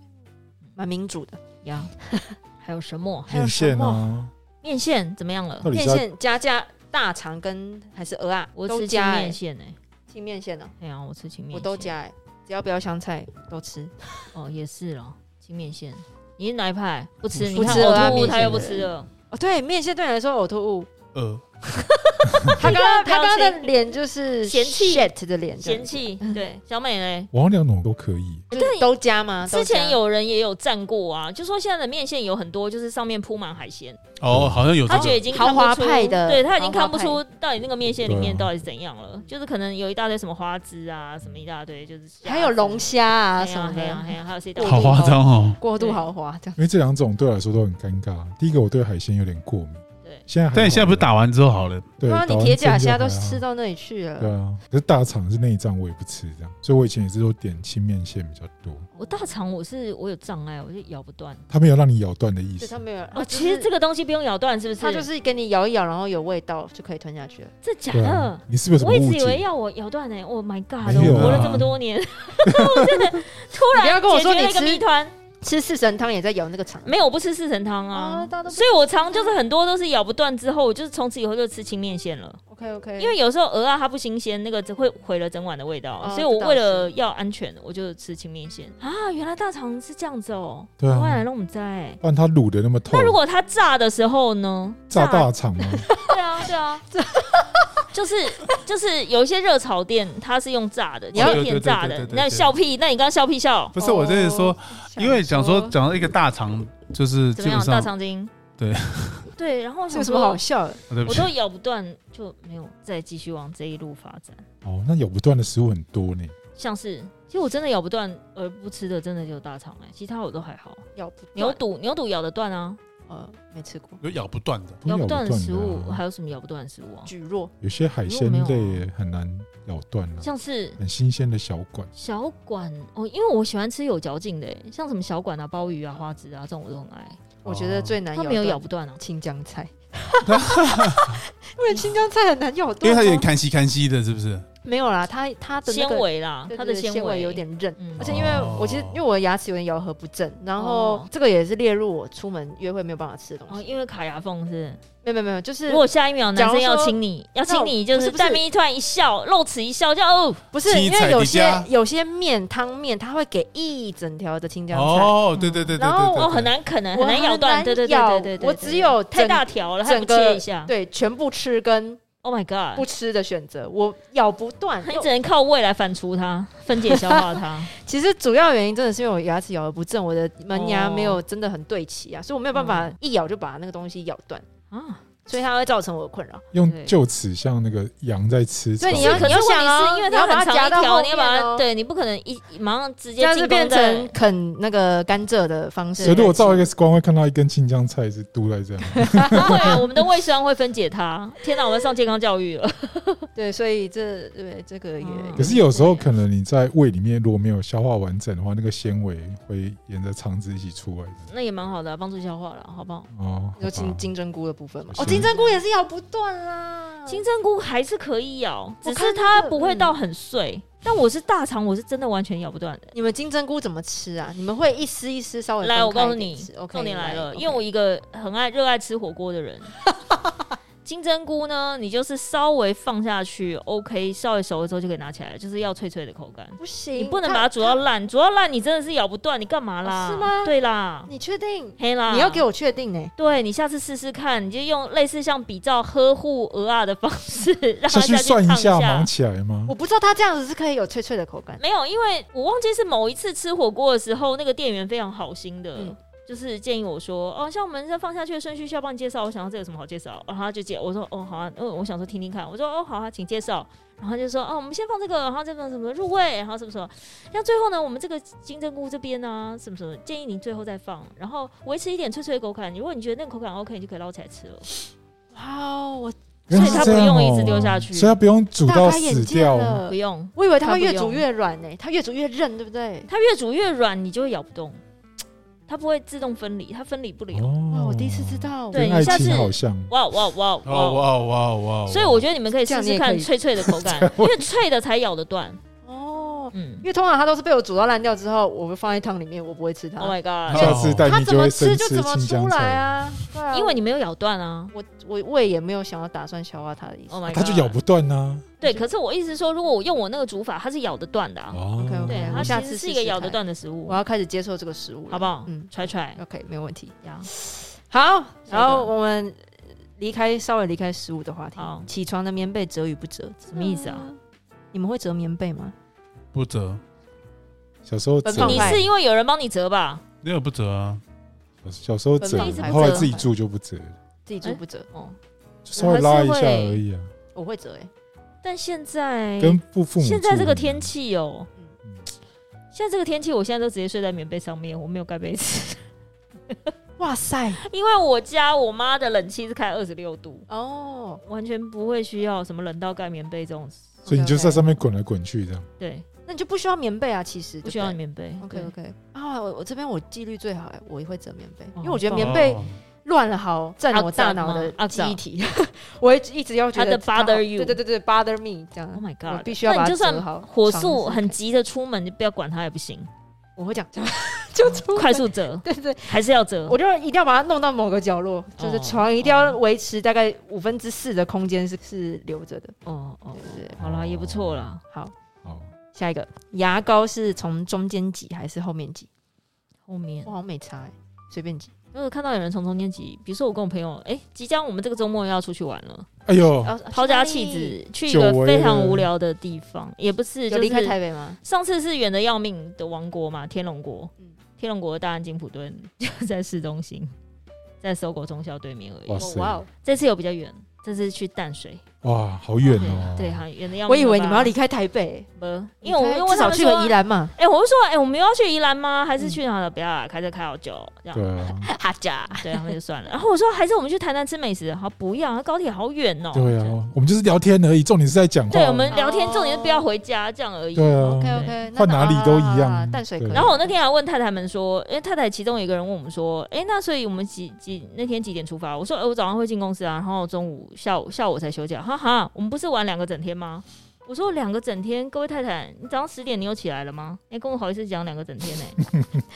D: 蛮民主的。
C: 呀， 还有什么
D: 还有
A: 面线
D: 什么？
A: 啊，
C: 面线怎么样了
A: 到？底
D: 面
A: 是要
D: 线加加大肠跟还是鹅啊，
C: 我
D: 都
C: 吃青
D: 加
C: 面
D: 哎
C: 线哎、
D: 青面线呢，哦
C: 哎呀，我吃青面线，
D: 我都加哎，只要不要香菜都吃。
C: 哦，也是咯，青面线。你是哪一派？不吃，
B: 不
C: 你看
D: 吃我
C: 呕
D: 拉
C: 吐
D: 面
C: 物
D: 线
C: 他又
D: 的
C: 不吃了，
D: 哦，对，面线对你来说呕吐物。
B: 呃，
D: 他刚刚他刚刚
C: 表
D: 的
C: 情
D: 脸就是
C: 嫌弃
D: shit 的脸，
C: 嫌，弃。对，小美嘞，
A: 我好像两种都可以。
D: 就是都加吗？
C: 之
D: 都
C: 前
D: 加
C: 有人也有站过啊，就说现在的面线有很多，就是上面铺满海鲜，
B: 哦，好像有这
C: 他觉得已
B: 个，
C: 经
D: 豪
C: 看不
D: 华
C: 出
D: 派的
C: 对他已经
D: 豪华
C: 看不
D: 派
C: 出到底那个面线里
A: 对啊
C: 面到底是怎样了，就是可能有一大堆什么花枝啊，什么一大堆，就是
D: 还有龙虾啊
C: 虾
D: 什么
C: 黑哎呀黑
D: 的，
C: 呀，还有谁？
B: 好夸张哦，
D: 过度
C: 对
D: 豪华这样。
A: 因为这两种对我来说都很尴尬。第一个，我对海鲜有点过敏。
C: 对，
A: 现在还好
B: 但你现在不是打完之后好了，
A: 对，
D: 啊，
A: 打
D: 你
A: 完
D: 铁甲
A: 针就
D: 虾都
A: 还好
D: 吃到那里去
C: 嗯
D: 了。
A: 对啊，可是大肠是内脏，我也不吃这样，所以我以前也是都点清面线比较多。
C: 我大肠我是我有障碍，我就咬不断。
A: 它没有让你咬断的意
D: 对，
A: 思
D: 他，没有。它
C: 哦，
D: 就
C: 其实
D: 是
C: 这个东西不用咬断，是不是？
D: 它就是给你摇一摇，然后有味道就可以吞下去了。
C: 这假
A: 对
C: 的
A: 啊。，你是不是有
C: 嗯我
A: 什
C: 一
A: 么误
C: 直以为
A: 解？
C: 要我咬断呢、欸、，Oh my god！
A: 没有
C: 我
A: 啊
C: 活了这么多 年，我真的突然
D: 你不要跟我说
C: 解决
D: 你
C: 了一个
D: 吃
C: 谜团，
D: 吃四神汤也在咬那个肠
C: 没有，我不吃四神汤啊，
D: 大家都不
C: 所以我常就是很多都是咬不断之后，我就是从此以后就吃清面线了，
D: OK OK，
C: 因为有时候鹅啊它不新鲜，那个只会毁了整碗的味道，啊
D: 哦
C: 所以我
D: 这倒
C: 为了要安全，我就吃清面线啊。原来大肠是这样子哦、
A: 对啊
C: 我来弄不在、欸。
B: 哦
A: 不然它卤的那么透
C: 那，如果它炸的时候呢？
A: 炸大肠吗？
C: 对啊，对啊， 就是就是有一些热炒店，它是用炸的，你要
B: 哦对对
C: 填
B: 对
C: 炸
B: 对
C: 的
B: 对，对
C: 那
B: 对
C: 笑屁，那你刚刚笑屁笑，
B: 不是我这是说
D: 哦，
B: 因为想说讲到一个大肠，就是
C: 怎
B: 基本
C: 么样？大
B: 上，
C: 肠经
B: 对
C: 对，然后我
D: 这
C: 想
D: 有什么好
C: 说，
D: 笑的？
B: 啊对不
C: 我
B: 起
C: 都，咬不断，就没有再继续往这一路发展。
A: 哦，那咬不断的食物很多呢。
C: 像是，其实我真的咬不断而不吃的，真的就是大肠哎、其他我都还好。
D: 咬不断
C: 牛肚牛肚咬得断啊，
D: 呃没吃过，
B: 有咬不断的，
A: 都咬
C: 咬不断的
A: 啊
C: 食物还有什么咬不断的食物啊？
D: 蒟蒻
A: 有些海鲜
C: 没有
A: 类
C: 啊
A: 也很难咬断啊，
C: 像是
A: 很新鲜的小管。
C: 小管哦，因为我喜欢吃有嚼劲的、欸，像什么小管啊、鲍鱼啊、花枝啊这种我都很爱。
D: 我觉
B: 哦
D: 得最难
C: 它
D: 咬，
C: 没有咬不断啊，
D: 青江菜， 因为青江菜很难咬
B: 因为
D: 断
B: 它
D: 啊，
B: 有点看稀看稀的，是不是？
D: 没有啦，它它的那
C: 纤
D: 个
C: 维啦
D: 对，
C: 它
D: 对
C: 的
D: 对
C: 纤
D: 纤
C: 维
D: 有，点韧。
C: 嗯
D: 而且因为我其实
B: 哦
D: 因为我的牙齿有点咬合不正，然后
C: 哦
D: 这个也是列入我出门约会没有办法吃的东
C: 哦，
D: 西。
C: 因为卡牙缝是，
D: 没有没有没有，就是
C: 如果下一秒男
D: 假如
C: 生要
D: 说
C: 亲你，要
D: 那
C: 亲
D: 我
C: 你，就
D: 不是
C: 是
D: 不是
C: 大咪突然一笑，露齿一笑，就哦，
D: 不是
B: 七
D: 因为
B: 彩
D: 有
B: 迪
D: 些
B: 迦
D: 有些面汤面，它会给一整条的青江菜，
B: 哦，对对对对对，
D: 然后
B: 对
C: 哦，很，难啃的，
D: 我
C: 很难咬断，对对对
D: 咬
C: 对对对，
D: 我
C: 对
D: 只有
C: 太
D: 整
C: 大条了，还不
D: 整个
C: 切一下
D: 对全部吃跟
C: ，Oh my
D: 不
C: god，
D: 吃的选择，我咬不 断。
C: 你
D: 又
C: 只能靠胃来反刍它，分解消化 它，
D: 其实主要原因真的是因为我牙齿咬得不正，我的门牙
C: 哦
D: 没有真的很对齐啊，所以我没有办法
C: 嗯
D: 一咬就把那个东西咬断。
C: 啊，
D: 所以它会造成我的困扰。
A: 用
C: 对
A: 就此像那个羊在吃草
D: 所以
A: 一
D: 你
A: 样，
D: 要
C: 可是
D: 你要
C: 问
D: 想
C: 题
D: 啊
C: 是因为
D: 你要
C: 它
D: 把
C: 很
D: 它
C: 长
D: 夹
C: 一
D: 到
C: 条，
D: 后
C: 你要把
D: 面
C: 它，
D: 哦
C: 对你不可能一马上直
D: 这
C: 接
D: 样
C: 进
D: 子
C: 攻
D: 变
C: 在
D: 成啃那个甘蔗的方
A: 所
D: 式来
A: 以
D: 吃。
A: 如果照一个光，会看到一根青江菜是嘟在这样。
C: 不会，啊我们的卫生会分解它。天哪，我们上健康教育了。
D: 对，所以这对这个也
C: 嗯
A: 可是有时候可能你在胃里面如果没有消化完整的话，那个纤维会沿着肠子一起出来的。
C: 那也蛮好的啊、帮助消化了，好不好？
D: 嗯
A: 哦，
D: 有
A: 好
D: 金
A: 吧
D: 金针菇的部分嘛？
A: 是
D: 哦，金针菇也是咬不断啦。
C: 金针菇还是可以咬，只
D: 我
C: 是
D: 看嗯
C: 它
D: 那个
C: 不会到很碎。但我是大肠，我是真的完全咬不断的。
D: 你们金针菇怎么吃啊？你们会一丝一丝稍微
C: 来，我
D: 哦分开
C: 告诉
D: 一点
C: 你
D: 吃，OK，
C: 重点来了，
D: OK
C: 因为我一个很爱热爱吃火锅 的人，金针菇呢，你就是稍微放下去，OK，稍微熟了之后就可以拿起来了，就是要脆脆的口感。
D: 不行，
C: 你不能
D: 它
C: 把它煮到烂，煮到烂你真的是咬不断，你干嘛啦？
D: 哦是吗
C: 对啦，
D: 你确定？
C: 黑啦，
D: 你要给我确定呢、
C: 对你下次试试看，你就用类似像比照呵护鹅啊的方式，让
A: 下
C: 它
A: 去算
C: 烫
A: 一
C: 一
A: 下忙起来吗
D: 我？不知道它这样子是可以有脆脆的口感。
C: 没有，因为我忘记是某一次吃火锅的时候，那个店员非常好心的。
D: 嗯
C: 就是建议我说，哦，像我们这放下去的顺序需要帮你介绍，我想到这有什么好介绍，然后他就介，我说，哦，好啊，嗯，我想说听听看，我说，哦，好啊，请介绍，然后他就说，哦，我们先放这个，然后这个什么入味，然后什么什么，像最后呢，我们这个金针菇这边呢、什么什么，建议你最后再放，然后维持一点脆脆的口感，如果你觉得那个口感 OK，你就可以捞起来吃了。
D: 哇哦，我
A: 原来
C: 所以它
A: 是这样
C: 不用
A: 哦
C: 一直丢下去
A: 所以它不用煮
D: 大
A: 到
D: 开眼
A: 死
D: 界
A: 掉。
D: 了
C: 不。用，
D: 我以为它
C: 它
D: 会
C: 不
D: 越
C: 用
D: 煮越软呢、它越煮越韧，对不对？
C: 它越煮越软，你就会咬不动，它不会自动分离，它分离不了。
D: 哇，
A: 哦
D: 我第一次知，道。
C: 对
A: 跟
C: 你
A: 爱
C: 下次
A: 情好像。
C: 哇哇哇
B: 哦哇
C: 哇！
B: 哇哇
A: 哦
B: 哇！
C: 所以我觉得你们可以
D: 这
C: 试
D: 样
C: 试
D: 你也
C: 看
D: 可以
C: 脆脆的口 感，因为脆的才咬得断。
D: 哦，
C: 嗯
D: 因为通常它都是被我煮到烂掉之后，我会放在汤里面，我不会吃它。
C: ，Oh my
B: 好
C: god！
A: 下次带
D: 它
A: 你
D: 怎
A: 就
D: 么
A: 会生
D: 吃
A: 吃
D: 就怎么
A: 青
D: 出
A: 江
D: 来
A: 菜，
D: 啊！对啊
C: 因为你没有咬断啊。
D: 我我胃也没有想要打算消化它的意思。
C: Oh my god！
A: 它就咬不断啊呐。
C: 对，可是我意思是说，如果我用我那个煮法，它是咬得断的啊。
A: 哦
D: OK，OK
C: 对，
D: 我
C: 它
D: 下
C: 其
D: 次
C: 实是一
D: 试
C: 个
D: 试
C: 咬得
D: 看
C: 断的食物
D: 我，要开始接受这个食物了，
C: 好不好？
D: 嗯
C: 嗯，揣揣
D: OK，没有问题。
C: 呀。
D: 好，
C: 下一个
D: 然后我们离开稍微离开食物的话题
C: 好，
D: 起床的棉被折与不折，什
C: 么意思啊？
D: 你们会折棉被吗？
B: 不折，
A: 小时候
D: 奔
A: 折
D: 放
C: 你
D: 派
C: 是因为有人帮你折吧？
B: 没有不折啊，
A: 小时候
D: 奔
A: 折
D: 放
C: 派，
A: 后来
C: 不折
A: 自己住就不折了，
D: 自己住不折，
C: 哦，
A: 就稍微拉一
C: 还
A: 下
C: 是会
A: 而已啊。
D: 我会折哎、
C: 但现在
A: 跟父父母
C: 现在
A: 住
C: 这
A: 的
C: 个天气哦
A: 嗯，
C: 现在这个天气，我现在都直接睡在棉被上面，我没有盖被子，
D: 哇塞，
C: 因为我家我妈的冷气是开二十六度，
D: 哦，
C: 完全不会需要什么冷到盖棉被这种事。
A: 所以你就在
D: OK，OK
A: 上面滚来滚去这样。
C: 对，
D: 那你就不需要棉被啊，其实
C: 不需要。棉被。
D: OK
C: 对
D: OK 啊，我我这边我纪律最好哎、我也会折棉被，
C: 哦
D: 因为我觉得
C: 好
D: 棉被
B: 哦
D: 乱了好占我大脑的
C: 啊
D: 记
C: 赞吗
D: 忆体， 我会一直要觉得
C: 它的 bother you
D: 对对对对，bother me 这样
C: Oh，my
D: 我
C: god！
D: 必须要
C: 那
D: 把
C: 你
D: 它
C: 就
D: 折
C: 算
D: 好。
C: 火
D: 床是
C: 速
D: 可以
C: 很，急着出门，你不要管它也不行，
D: 我会讲就 出
C: 快速折
D: 对对对，
C: 还是要折
D: 我。就一定要把它弄到某个角落，
C: 哦
D: 就是床一定要维持大概五分之四的空间是是留着的，
C: 哦哦，
D: 对不对？
C: 好啦，也不错啦。
D: 好，
A: 好，
D: 下一个牙膏是从中间挤还是后面挤？
C: 后面
D: 我好像没差、欸，随便挤。
C: 如果看到有人从中间挤，比如说我跟我朋友，哎，即将我们这个周末要出去玩了，
A: 哎呦，
D: 啊
C: 抛家弃，子去一个非常无聊的地方，也不是
D: 去
C: 就
D: 哪里有离开
C: 是
D: 台北吗？
C: 上次是远的要命的王国嘛，天龙国，
D: 嗯
C: 天龙国的大安金普顿 就在市中心，在搜狗中校对面而
A: 哇
C: 已。
A: 塞
D: 哦哇哦！
C: 这次有比较远，这次去淡水，
A: 哇，好远
C: 对
A: 哦。
C: 对，好远的要命。
D: 我以为你们要离，开台北、
C: 不，因为我
D: 因
C: 因
D: 为
C: 为
D: 我
C: 他
D: 少
C: 们
D: 去个宜
C: 说，
D: 兰嘛，
C: 哎，我就说，哎，我们要去宜兰吗？还是去哪了？不要啦，开车开好久，这样。
A: 对啊，
D: 哈家
C: 对，然后就算了。然后我说，还哎是我们去台南吃美食。好，不要，高铁好远哦。
A: 对啊，我们就是聊天而已，重点是在讲话。
C: 对，我们聊天
D: 哦
C: 重点是不要回家，这样而已。
A: 对啊
D: ，OK OK，
A: 换哪里都一样
D: 哦淡水可以。
A: 对
C: 然后我那天还问太太们说，因为太太其中有一个人问我们说，哎、那所以我们几几那天几点出发？我说，哎、我早上会进公司啊，然后中午、下午、下午才休假。哈哈，我们不是玩两个整天吗？我说两个整天，各位太太，你早上十点你有起来了吗？哎、跟我好意思讲两个整天呢、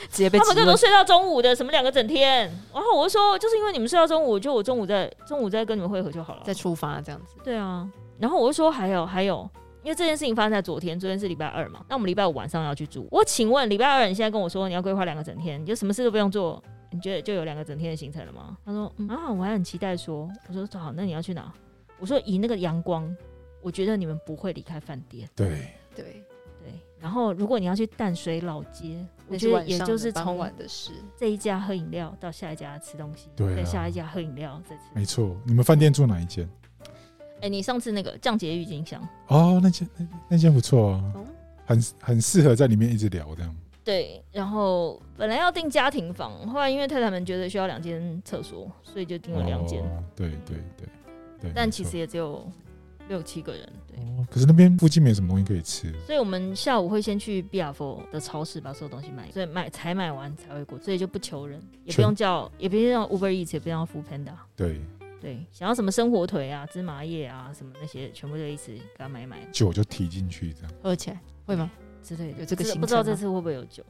D: 直接被
C: 他们
D: 质
C: 更多
D: 问。
C: 睡到中午的，什么两个整天？然后我说，就是因为你们睡到中午，就我中午再中午再跟你们会合就好了。
D: 再出发这样子，
C: 对啊，然后我就说还有还有，因为这件事情发生在昨天，昨天是礼拜二嘛，那我们礼拜五晚上要去住。我请问礼拜二你现在跟我说你要规划两个整天，你就什么事都不用做，你觉得就有两个整天的行程了吗？他说嗯啊，我还很期待说，我说好，那你要去哪？我说以那个阳光，我觉得你们不会离开饭店。
A: 对，
D: 对，
C: 对，然后如果你要去淡水老街，我
D: 那
C: 觉
D: 是
C: 得
D: 晚
C: 也
D: 上
C: 就是
D: 的傍
C: 从
D: 晚的事。
C: 这一家喝饮料到下一家吃东西，
A: 对啊
C: 再下一家喝饮料再吃。
A: 没错。你们饭店住哪一间？
C: 哎、你上次那个降解郁金香，
A: 哦，那间那那间不错啊，
D: 嗯
A: 很很适合在里面一直聊这样。
C: 对，然后本来要订家庭房，后来因为太太们觉得需要两间厕所，所以就订了两间，
A: 哦，对对对对。
C: 但
A: 没
C: 其
A: 错
C: 实也只有六七个人，对。
A: 哦，可是那边附近没什么东西可以吃。
C: 所以我们下午会先去比亚佛的超市把所有东西买，所以买才买完才会过，所以就不求人，也不
A: 全
C: 用叫，也不用叫 Uber Eats，也不用 Food Panda。
A: 对，
C: 对，想要什么生火腿啊、芝麻叶啊什么那些，全部就一起给他买一买
A: 酒就提进去这样。
D: 喝起来会吗？
C: 之类的。
D: 有这
C: 不
D: 个
C: 知
D: 行
C: 不知道
D: 程
C: 这
D: 吗
C: 次会不会有酒，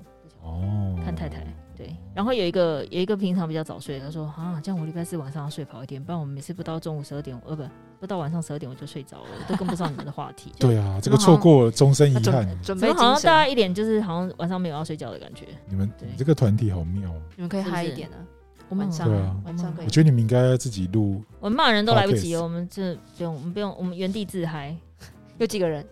A: 哦，
C: 看太太。对，然后有一个有一个平常比较早睡，他说啊，这样我礼拜四晚上要睡跑一点，不然我们每次不到中午十二点，呃不，不到晚上十二点我就睡着了，我都跟不上你们的话题。
A: 对啊，这个错过了终身遗
D: 那
A: 憾
D: 准。准
C: 怎
D: 备
C: 么好
D: 精
C: 像大家
D: 神，
C: 一脸就是好像晚上没有要睡觉的感觉？
A: 你们
C: 对
A: 你这个团体好妙啊！
D: 你们可以
C: 是不
D: 嗨一
C: 是
D: 点啊，
C: 我们
D: 晚
C: 很
D: 上
A: 对啊
D: 晚上可以
A: 我觉得你们应该自己录，
C: 我们骂人都来不及哦，我们这不用，我们不用，我们原地自嗨，
D: 有几个人？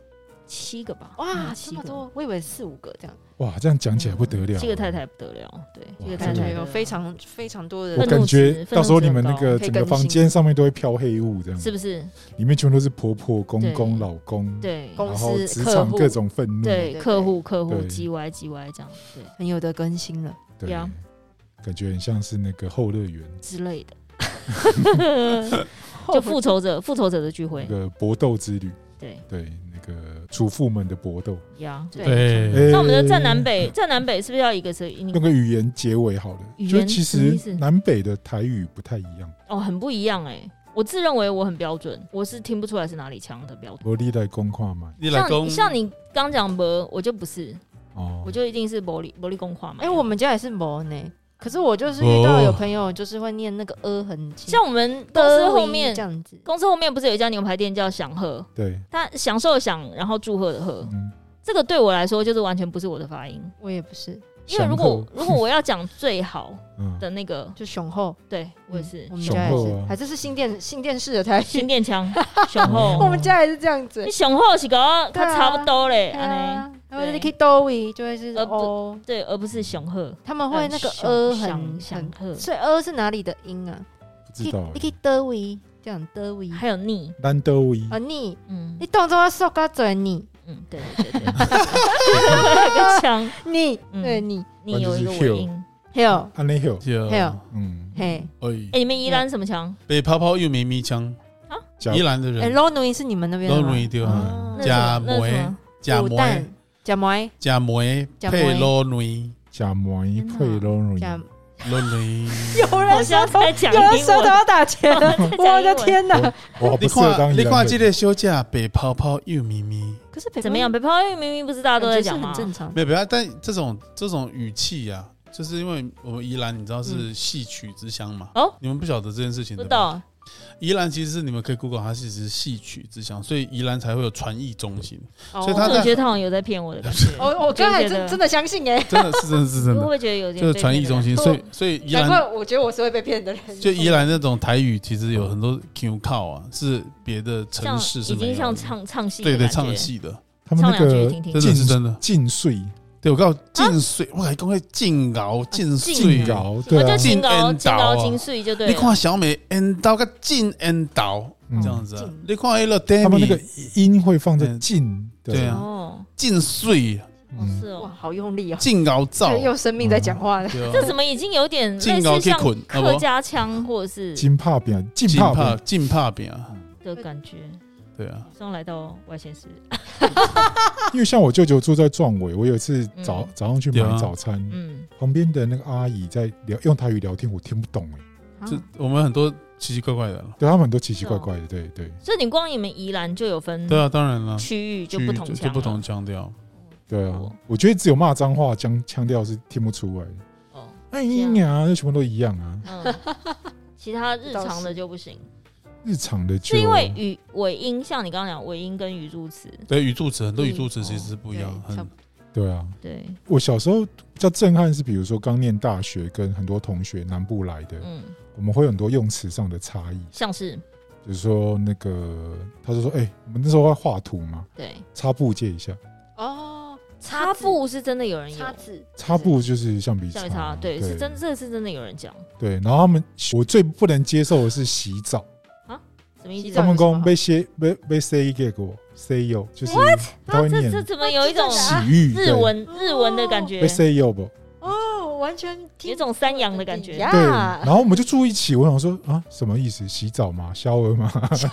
C: 七个吧，
D: 哇，
C: 嗯
D: 这
C: 七
D: 么
C: 个，
D: 多，我以为四五个这样。
A: 哇，这样讲起来不得了。
C: 嗯七个太太不得了，对，
A: 哇
C: 七个
A: 对
C: 太太
D: 感觉
C: 不得
D: 有
C: 了
D: 非常非常多的
A: 我
C: 愤
A: 感
C: 怒
A: 觉
C: 值
A: 到时候你们
C: 愤
A: 那
C: 怒值很
A: 个
D: 高
A: 整个房间上面都会飘黑雾，这样
C: 是不是？
A: 里面全部都是婆婆、公公、
C: 对
A: 老公，
C: 对
A: 然
D: 公
A: 后
D: 司
A: 职
D: 客
A: 场
D: 户
A: 各种愤怒，
C: 对，
D: 对
C: 客户客户
A: 嗯对
C: 叽歪叽歪这样，对
D: 很有的更新了，
A: 对
C: 呀，
A: 感觉很像是那个后乐园
C: 之类的，就复仇者复仇者的聚
A: 那
C: 会，
A: 个搏斗之旅，
C: 对
A: 对，那个主妇们的搏斗。
C: 呀。
D: 对
A: 哎
B: 对，
C: 那我们的站南北，站南北是不是要一个是一
A: 用个语言结尾好了，
C: 语
A: 就
C: 言
A: 其
C: 什么
A: 实
C: 意思
A: 南北的台语不太一样，
C: 哦，很不一样哎、我自认为我很标准，我是听不出来是哪里腔的标准。
A: 我历代公话嘛，
B: 你来
C: 像
B: 攻
C: 你像你刚讲不，我就不是，
A: 哦，
C: 我就一定是玻璃玻璃公话嘛。
D: 哎、我们家也是某呢，可是我
A: 哦
D: 就是遇到有朋友就是会念那个呃很轻，
C: 像我们公司后
D: 呃这
C: 面，
D: 样子，
C: 公司后面不是有一家牛排店叫享贺，
A: 对，
C: 它享受的享，然后祝贺的贺，
A: 嗯，
C: 这个对我来说就是完全不是我的发音。
D: 我也不是，
C: 因为
A: 雄
C: 如果
A: 厚
C: 如果我要讲最好
A: 嗯，
C: 的那个，
D: 就雄厚，
C: 对我也是
D: 嗯我们家也
A: 雄
D: 是，
A: 厚啊
D: 还这是新店新店市的台
C: 新哦
D: 语，
C: 店腔，雄
D: 我
C: 厚，
D: 们家也是这样子
C: 你，雄厚是个，
D: 对啊
C: 它差不多嘞，
D: 对
C: 安
D: 啊
C: 尼，
D: 然后
C: 对
D: 你可以多维就会是
C: 呃不
D: 哦，
C: 对，而不是雄鹤。
D: 他们会那个
C: 雄
D: 呃
C: 祥
D: 很
C: 祥
D: 很，
C: 鹤，
D: 所以呃是哪里的音啊？
A: 不知道欸
D: 你可以多维这样多维，
C: 还有逆，
A: 南都一
D: 啊你
C: 嗯
D: 你动作要瘦高嘴你
C: 嗯，对对对，对腔，
D: 你
C: 嗯
D: 对你，
C: 你有一个尾音。
D: 还有
A: 安内有，
B: 就
D: 还有
A: 嗯，
D: 嘿，
B: 哎
C: 哎，，你们宜兰什么腔？
B: 北泡泡又没咪腔，
A: 加
B: 宜兰的
D: 哎
B: 人
D: low 奴音是你们那边的
B: 都
D: 吗
B: 容易丢，啊
A: 嗯
C: 那是什
B: 加
C: 么那
B: 梅
C: 是什么
B: 加
D: 卤
B: 梅
D: 蛋假梅
B: 加梅
D: 加
B: 配
D: 梅
B: 罗瑞
A: 加满一配拢
D: 假
A: 容，
B: 罗瑞，
D: 有
C: 好
D: 人舌
C: 像
D: 头，
C: 在讲
D: 有人
C: 英
D: 舌头
C: 文，哦
D: 要打结了，我的天哪！
A: 哇，哦不
B: 你
A: 适合当
B: 看你
A: 宜
B: 看
A: 兰
B: 这
A: 人，
B: 个休假北泡泡又咪咪，
D: 可是北
C: 怎么样？
D: 北
C: 北漂因为明明不是大家都在讲
D: 很
C: 吗？
D: 正常。
B: 没有不要，但这种这种语气呀，就是因为我们宜兰你知道
D: 嗯
B: 是戏曲之乡嘛，
C: 哦，
B: 你们不晓得这件事情，
C: 不
B: 对吧？
C: 懂，
B: 宜兰其实是你们可以 Google，它其实是戏曲之乡，所以宜兰才会有传艺中 心，所以
C: 我
B: 他
C: 总
B: 在
C: 觉得他好像有在骗我的 感觉。
D: 哦，我我刚才
C: 就觉
D: 真
C: 得
D: 真的相信哎，
B: 真的是真的是真
C: 会
B: 的
C: 不。会觉得有点
B: 就是传
C: 被
B: 艺
C: 骗
B: 中心，
C: 的感觉
B: 所以所以宜
D: 难
B: 兰
D: 怪我觉得我是会被骗的人。
B: 就宜兰那种台语，其实有很多 Q 靠啊，是别的城
C: 像
B: 市是
C: 已
B: 没
C: 经
B: 有
C: 像
B: 的。
C: 唱唱戏的
B: 对对，
C: 感觉
B: 唱戏的，
A: 他们
C: 唱
A: 那
C: 两句
A: 个
C: 听听
B: 真。的是真的。
A: 进税
B: 对我告
C: 啊
B: 诉进水，我还讲会进熬进水
C: 进
B: 啊。
A: 搞，
C: 我
A: 对
C: 就
A: 啊，
C: 金高金高
B: 进
C: 金穗就对
B: 哦
C: 啊
B: 你
C: 了。
B: 看小美 N 到个进 N 到
A: 嗯
B: 这样子啊
D: 进，
B: 你看那个
A: 他们那个
B: Demi
A: 音会放在
B: 嗯
A: 进的，
B: 对啊
C: 哦，
B: 进水
C: 哦
A: 嗯
C: 是，
D: 哇，
C: 哦，
D: 好用力哦，
B: 进熬
D: 这
B: 燥，
D: 用生命在讲话了。
B: 对啊
C: 这怎么已经有点类
B: 进熬
C: 似
B: 去
C: 像
B: 捆，啊
C: 客
B: 不
C: 家腔或者是
A: 金怕扁，进
B: 进
A: 怕
B: 怕
A: 扁，
B: 进怕饼啊，
C: 的感觉？
B: 对啊，
C: 马上来到外县市，
A: 因为像我舅舅住在壮伟，我有一次早
C: 嗯
A: 早上去
B: 对啊
A: 买早餐，
C: 嗯，
A: 旁边的那个阿姨在聊用台语聊天，我听不懂哎、
C: 啊
B: 这我们很多奇奇怪怪的了。
A: 对他们很多奇奇怪怪
C: 哦
A: 的，对对
C: 所以你光你们宜兰就有分
B: 对啊，当然了，
C: 嗯区域就
B: 去
C: 不同
B: 就
C: 腔，
B: 不同。腔调。
A: 对啊
C: 哦！
A: 我觉得只有骂脏话腔腔调是听不出来的，
C: 哦，
A: 哎
C: 这
A: 呀，就全部都一样啊。
C: 嗯，其他日常的就不行，
A: 日常的啊就是
C: 因为语尾音，像你刚刚讲尾音跟语助词，
B: 对，语助词
C: 嗯
B: 很多语助词其实是不一样，
D: 嗯
B: 很
D: 差不
A: 对啊，
C: 对，
A: 我小时候比较震撼是，比如说刚念大学，跟很多同学南部来的，
C: 嗯，
A: 我们会有很多用词上的差异，
C: 像是
A: 比如说那个，他就说，哎，我们那时候要画图嘛，
C: 对，
A: 擦布借一下，
D: 哦，
C: 擦布是真的有人有
D: 擦子，
A: 擦布就是橡皮
C: 橡皮擦，对，是真这个是真的有人讲，
A: 对。然后他们，我最不能接受的是洗澡，
C: 什么意
D: 洗
C: 思啊
A: 他
D: 澡？
A: 们公被些被被 say 给我 say yo，就是他
C: 啊
A: 会
C: 这这
A: 念
C: 怎么有一种
A: 洗浴
C: 日文
D: 对
C: 日文的感觉
A: 被？say yo 不？
D: 哦，完全听
C: 有一种山羊的感觉
D: 呀
A: 对，然后我们就住一起。我想说啊，什么意思？洗澡吗？消额吗？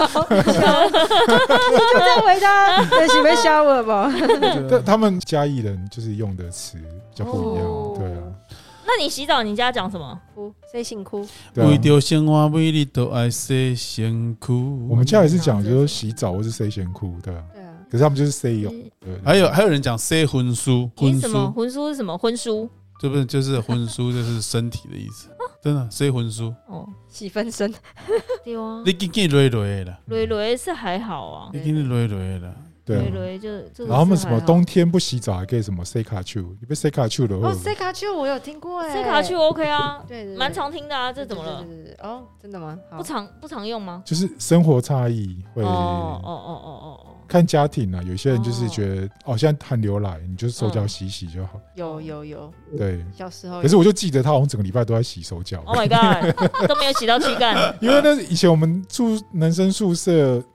E: 就这样回 答，对，是被笑我吧？
A: 但他们嘉义人就是用的词比较不一
D: 哦
A: 样，对啊，
C: 那你洗澡，你家讲什么？
D: 哭，谁辛苦？
A: 对啊
B: 为着生活，为你都爱洗身躯。
A: 我们家也是讲，就是说洗澡或是谁先哭，对啊。
D: 对啊，
A: 可是他们就是 say 用，
C: 嗯
A: 对
B: 还有还有人讲洗婚书，
C: 你
B: 婚
C: 什么
B: 书
C: 婚书是什么婚书？
B: 这不是就是婚书，就是身体的意思。真的洗婚书，
C: 哦，
D: 洗分身，
C: 对啊
B: 你，紧紧累累的啦，
A: 哎
C: 蕊蕊是还好啊，
B: 你紧紧累累的啦。
A: 对啊
C: 蕊。蕊就这个是还好。
A: 然后他们什么冬天不洗澡还可以什么 say 卡丘，你被 say 卡丘的
D: 哦
A: 会
D: 塞卡丘我有听过哎，
C: 塞卡去 OK 啊，
D: 对，对，对
C: 蛮，常听的啊，这怎么了
D: 对？？对对对对哦，真的吗？好
C: 不常不常用吗？
A: 就是生活差异会
C: 哦哦哦哦
A: 看家庭啊，有些人就是觉得哦，现在汗流来，你就手脚洗洗就
C: 哦
A: 好。
D: 有有有，
A: 对，
D: 小时候有
A: 可是我就记得他好像整个礼拜都在洗手脚
C: 哦，，Oh my god，都没有洗到躯干，
A: 因为那以前我们住男生宿舍，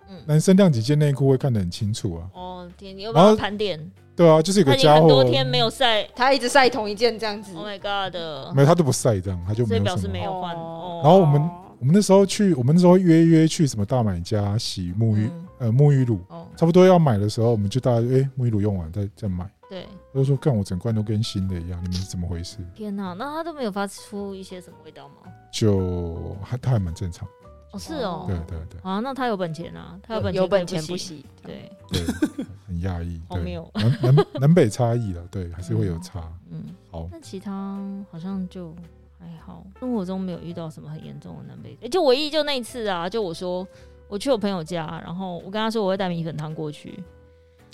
C: 嗯，
A: 男生晾几件内裤会看得很清楚啊。
C: 哦天，你又
A: 然
C: 帮
A: 后
C: 我盘点，
A: 对啊，就是有
C: 他
A: 个
C: 已经
A: 家
C: 很
A: 伙
C: 多，天没有晒
D: 他一直晒同一件这样子，
C: ，Oh my god 的
A: 没，有他都不晒这样，他就
C: 所
A: 没
C: 以
A: 有
C: 表示
A: 什
C: 没
A: 么。
C: 有换。
D: 哦
C: 哦
A: 然后我们我们那时候去，我们那时候约约去什么大买家洗沐浴
C: 嗯
A: 呃沐浴乳，
C: 哦，
A: 差不多要买的时候，我们就大家哎沐浴乳用完再再买。
C: 对，
A: 他就说：“干，我整罐都跟新的一样，你们是怎么回事
C: 天哪，那他都没有发出一些什么味道吗？？”
A: 就还他还蛮正常，
C: 哦，是哦
A: 对，对对
C: 啊，那他有本钱啊，他本
D: 有
C: 有
D: 本
C: 钱
D: 钱
C: 可以
D: 不
C: 洗，
D: 洗，
C: 对，
A: 对，很压抑。
C: 荒
A: 对，
C: 谬，
A: 南 南南北差异了，对，还是会有差。
C: 嗯，
A: 好，
C: 那其他好像就还好，生活中没有遇到什么很严重的南北，诶就唯一就那一次啊，就我说我去我朋友家，然后我跟他说我会带米粉汤过去，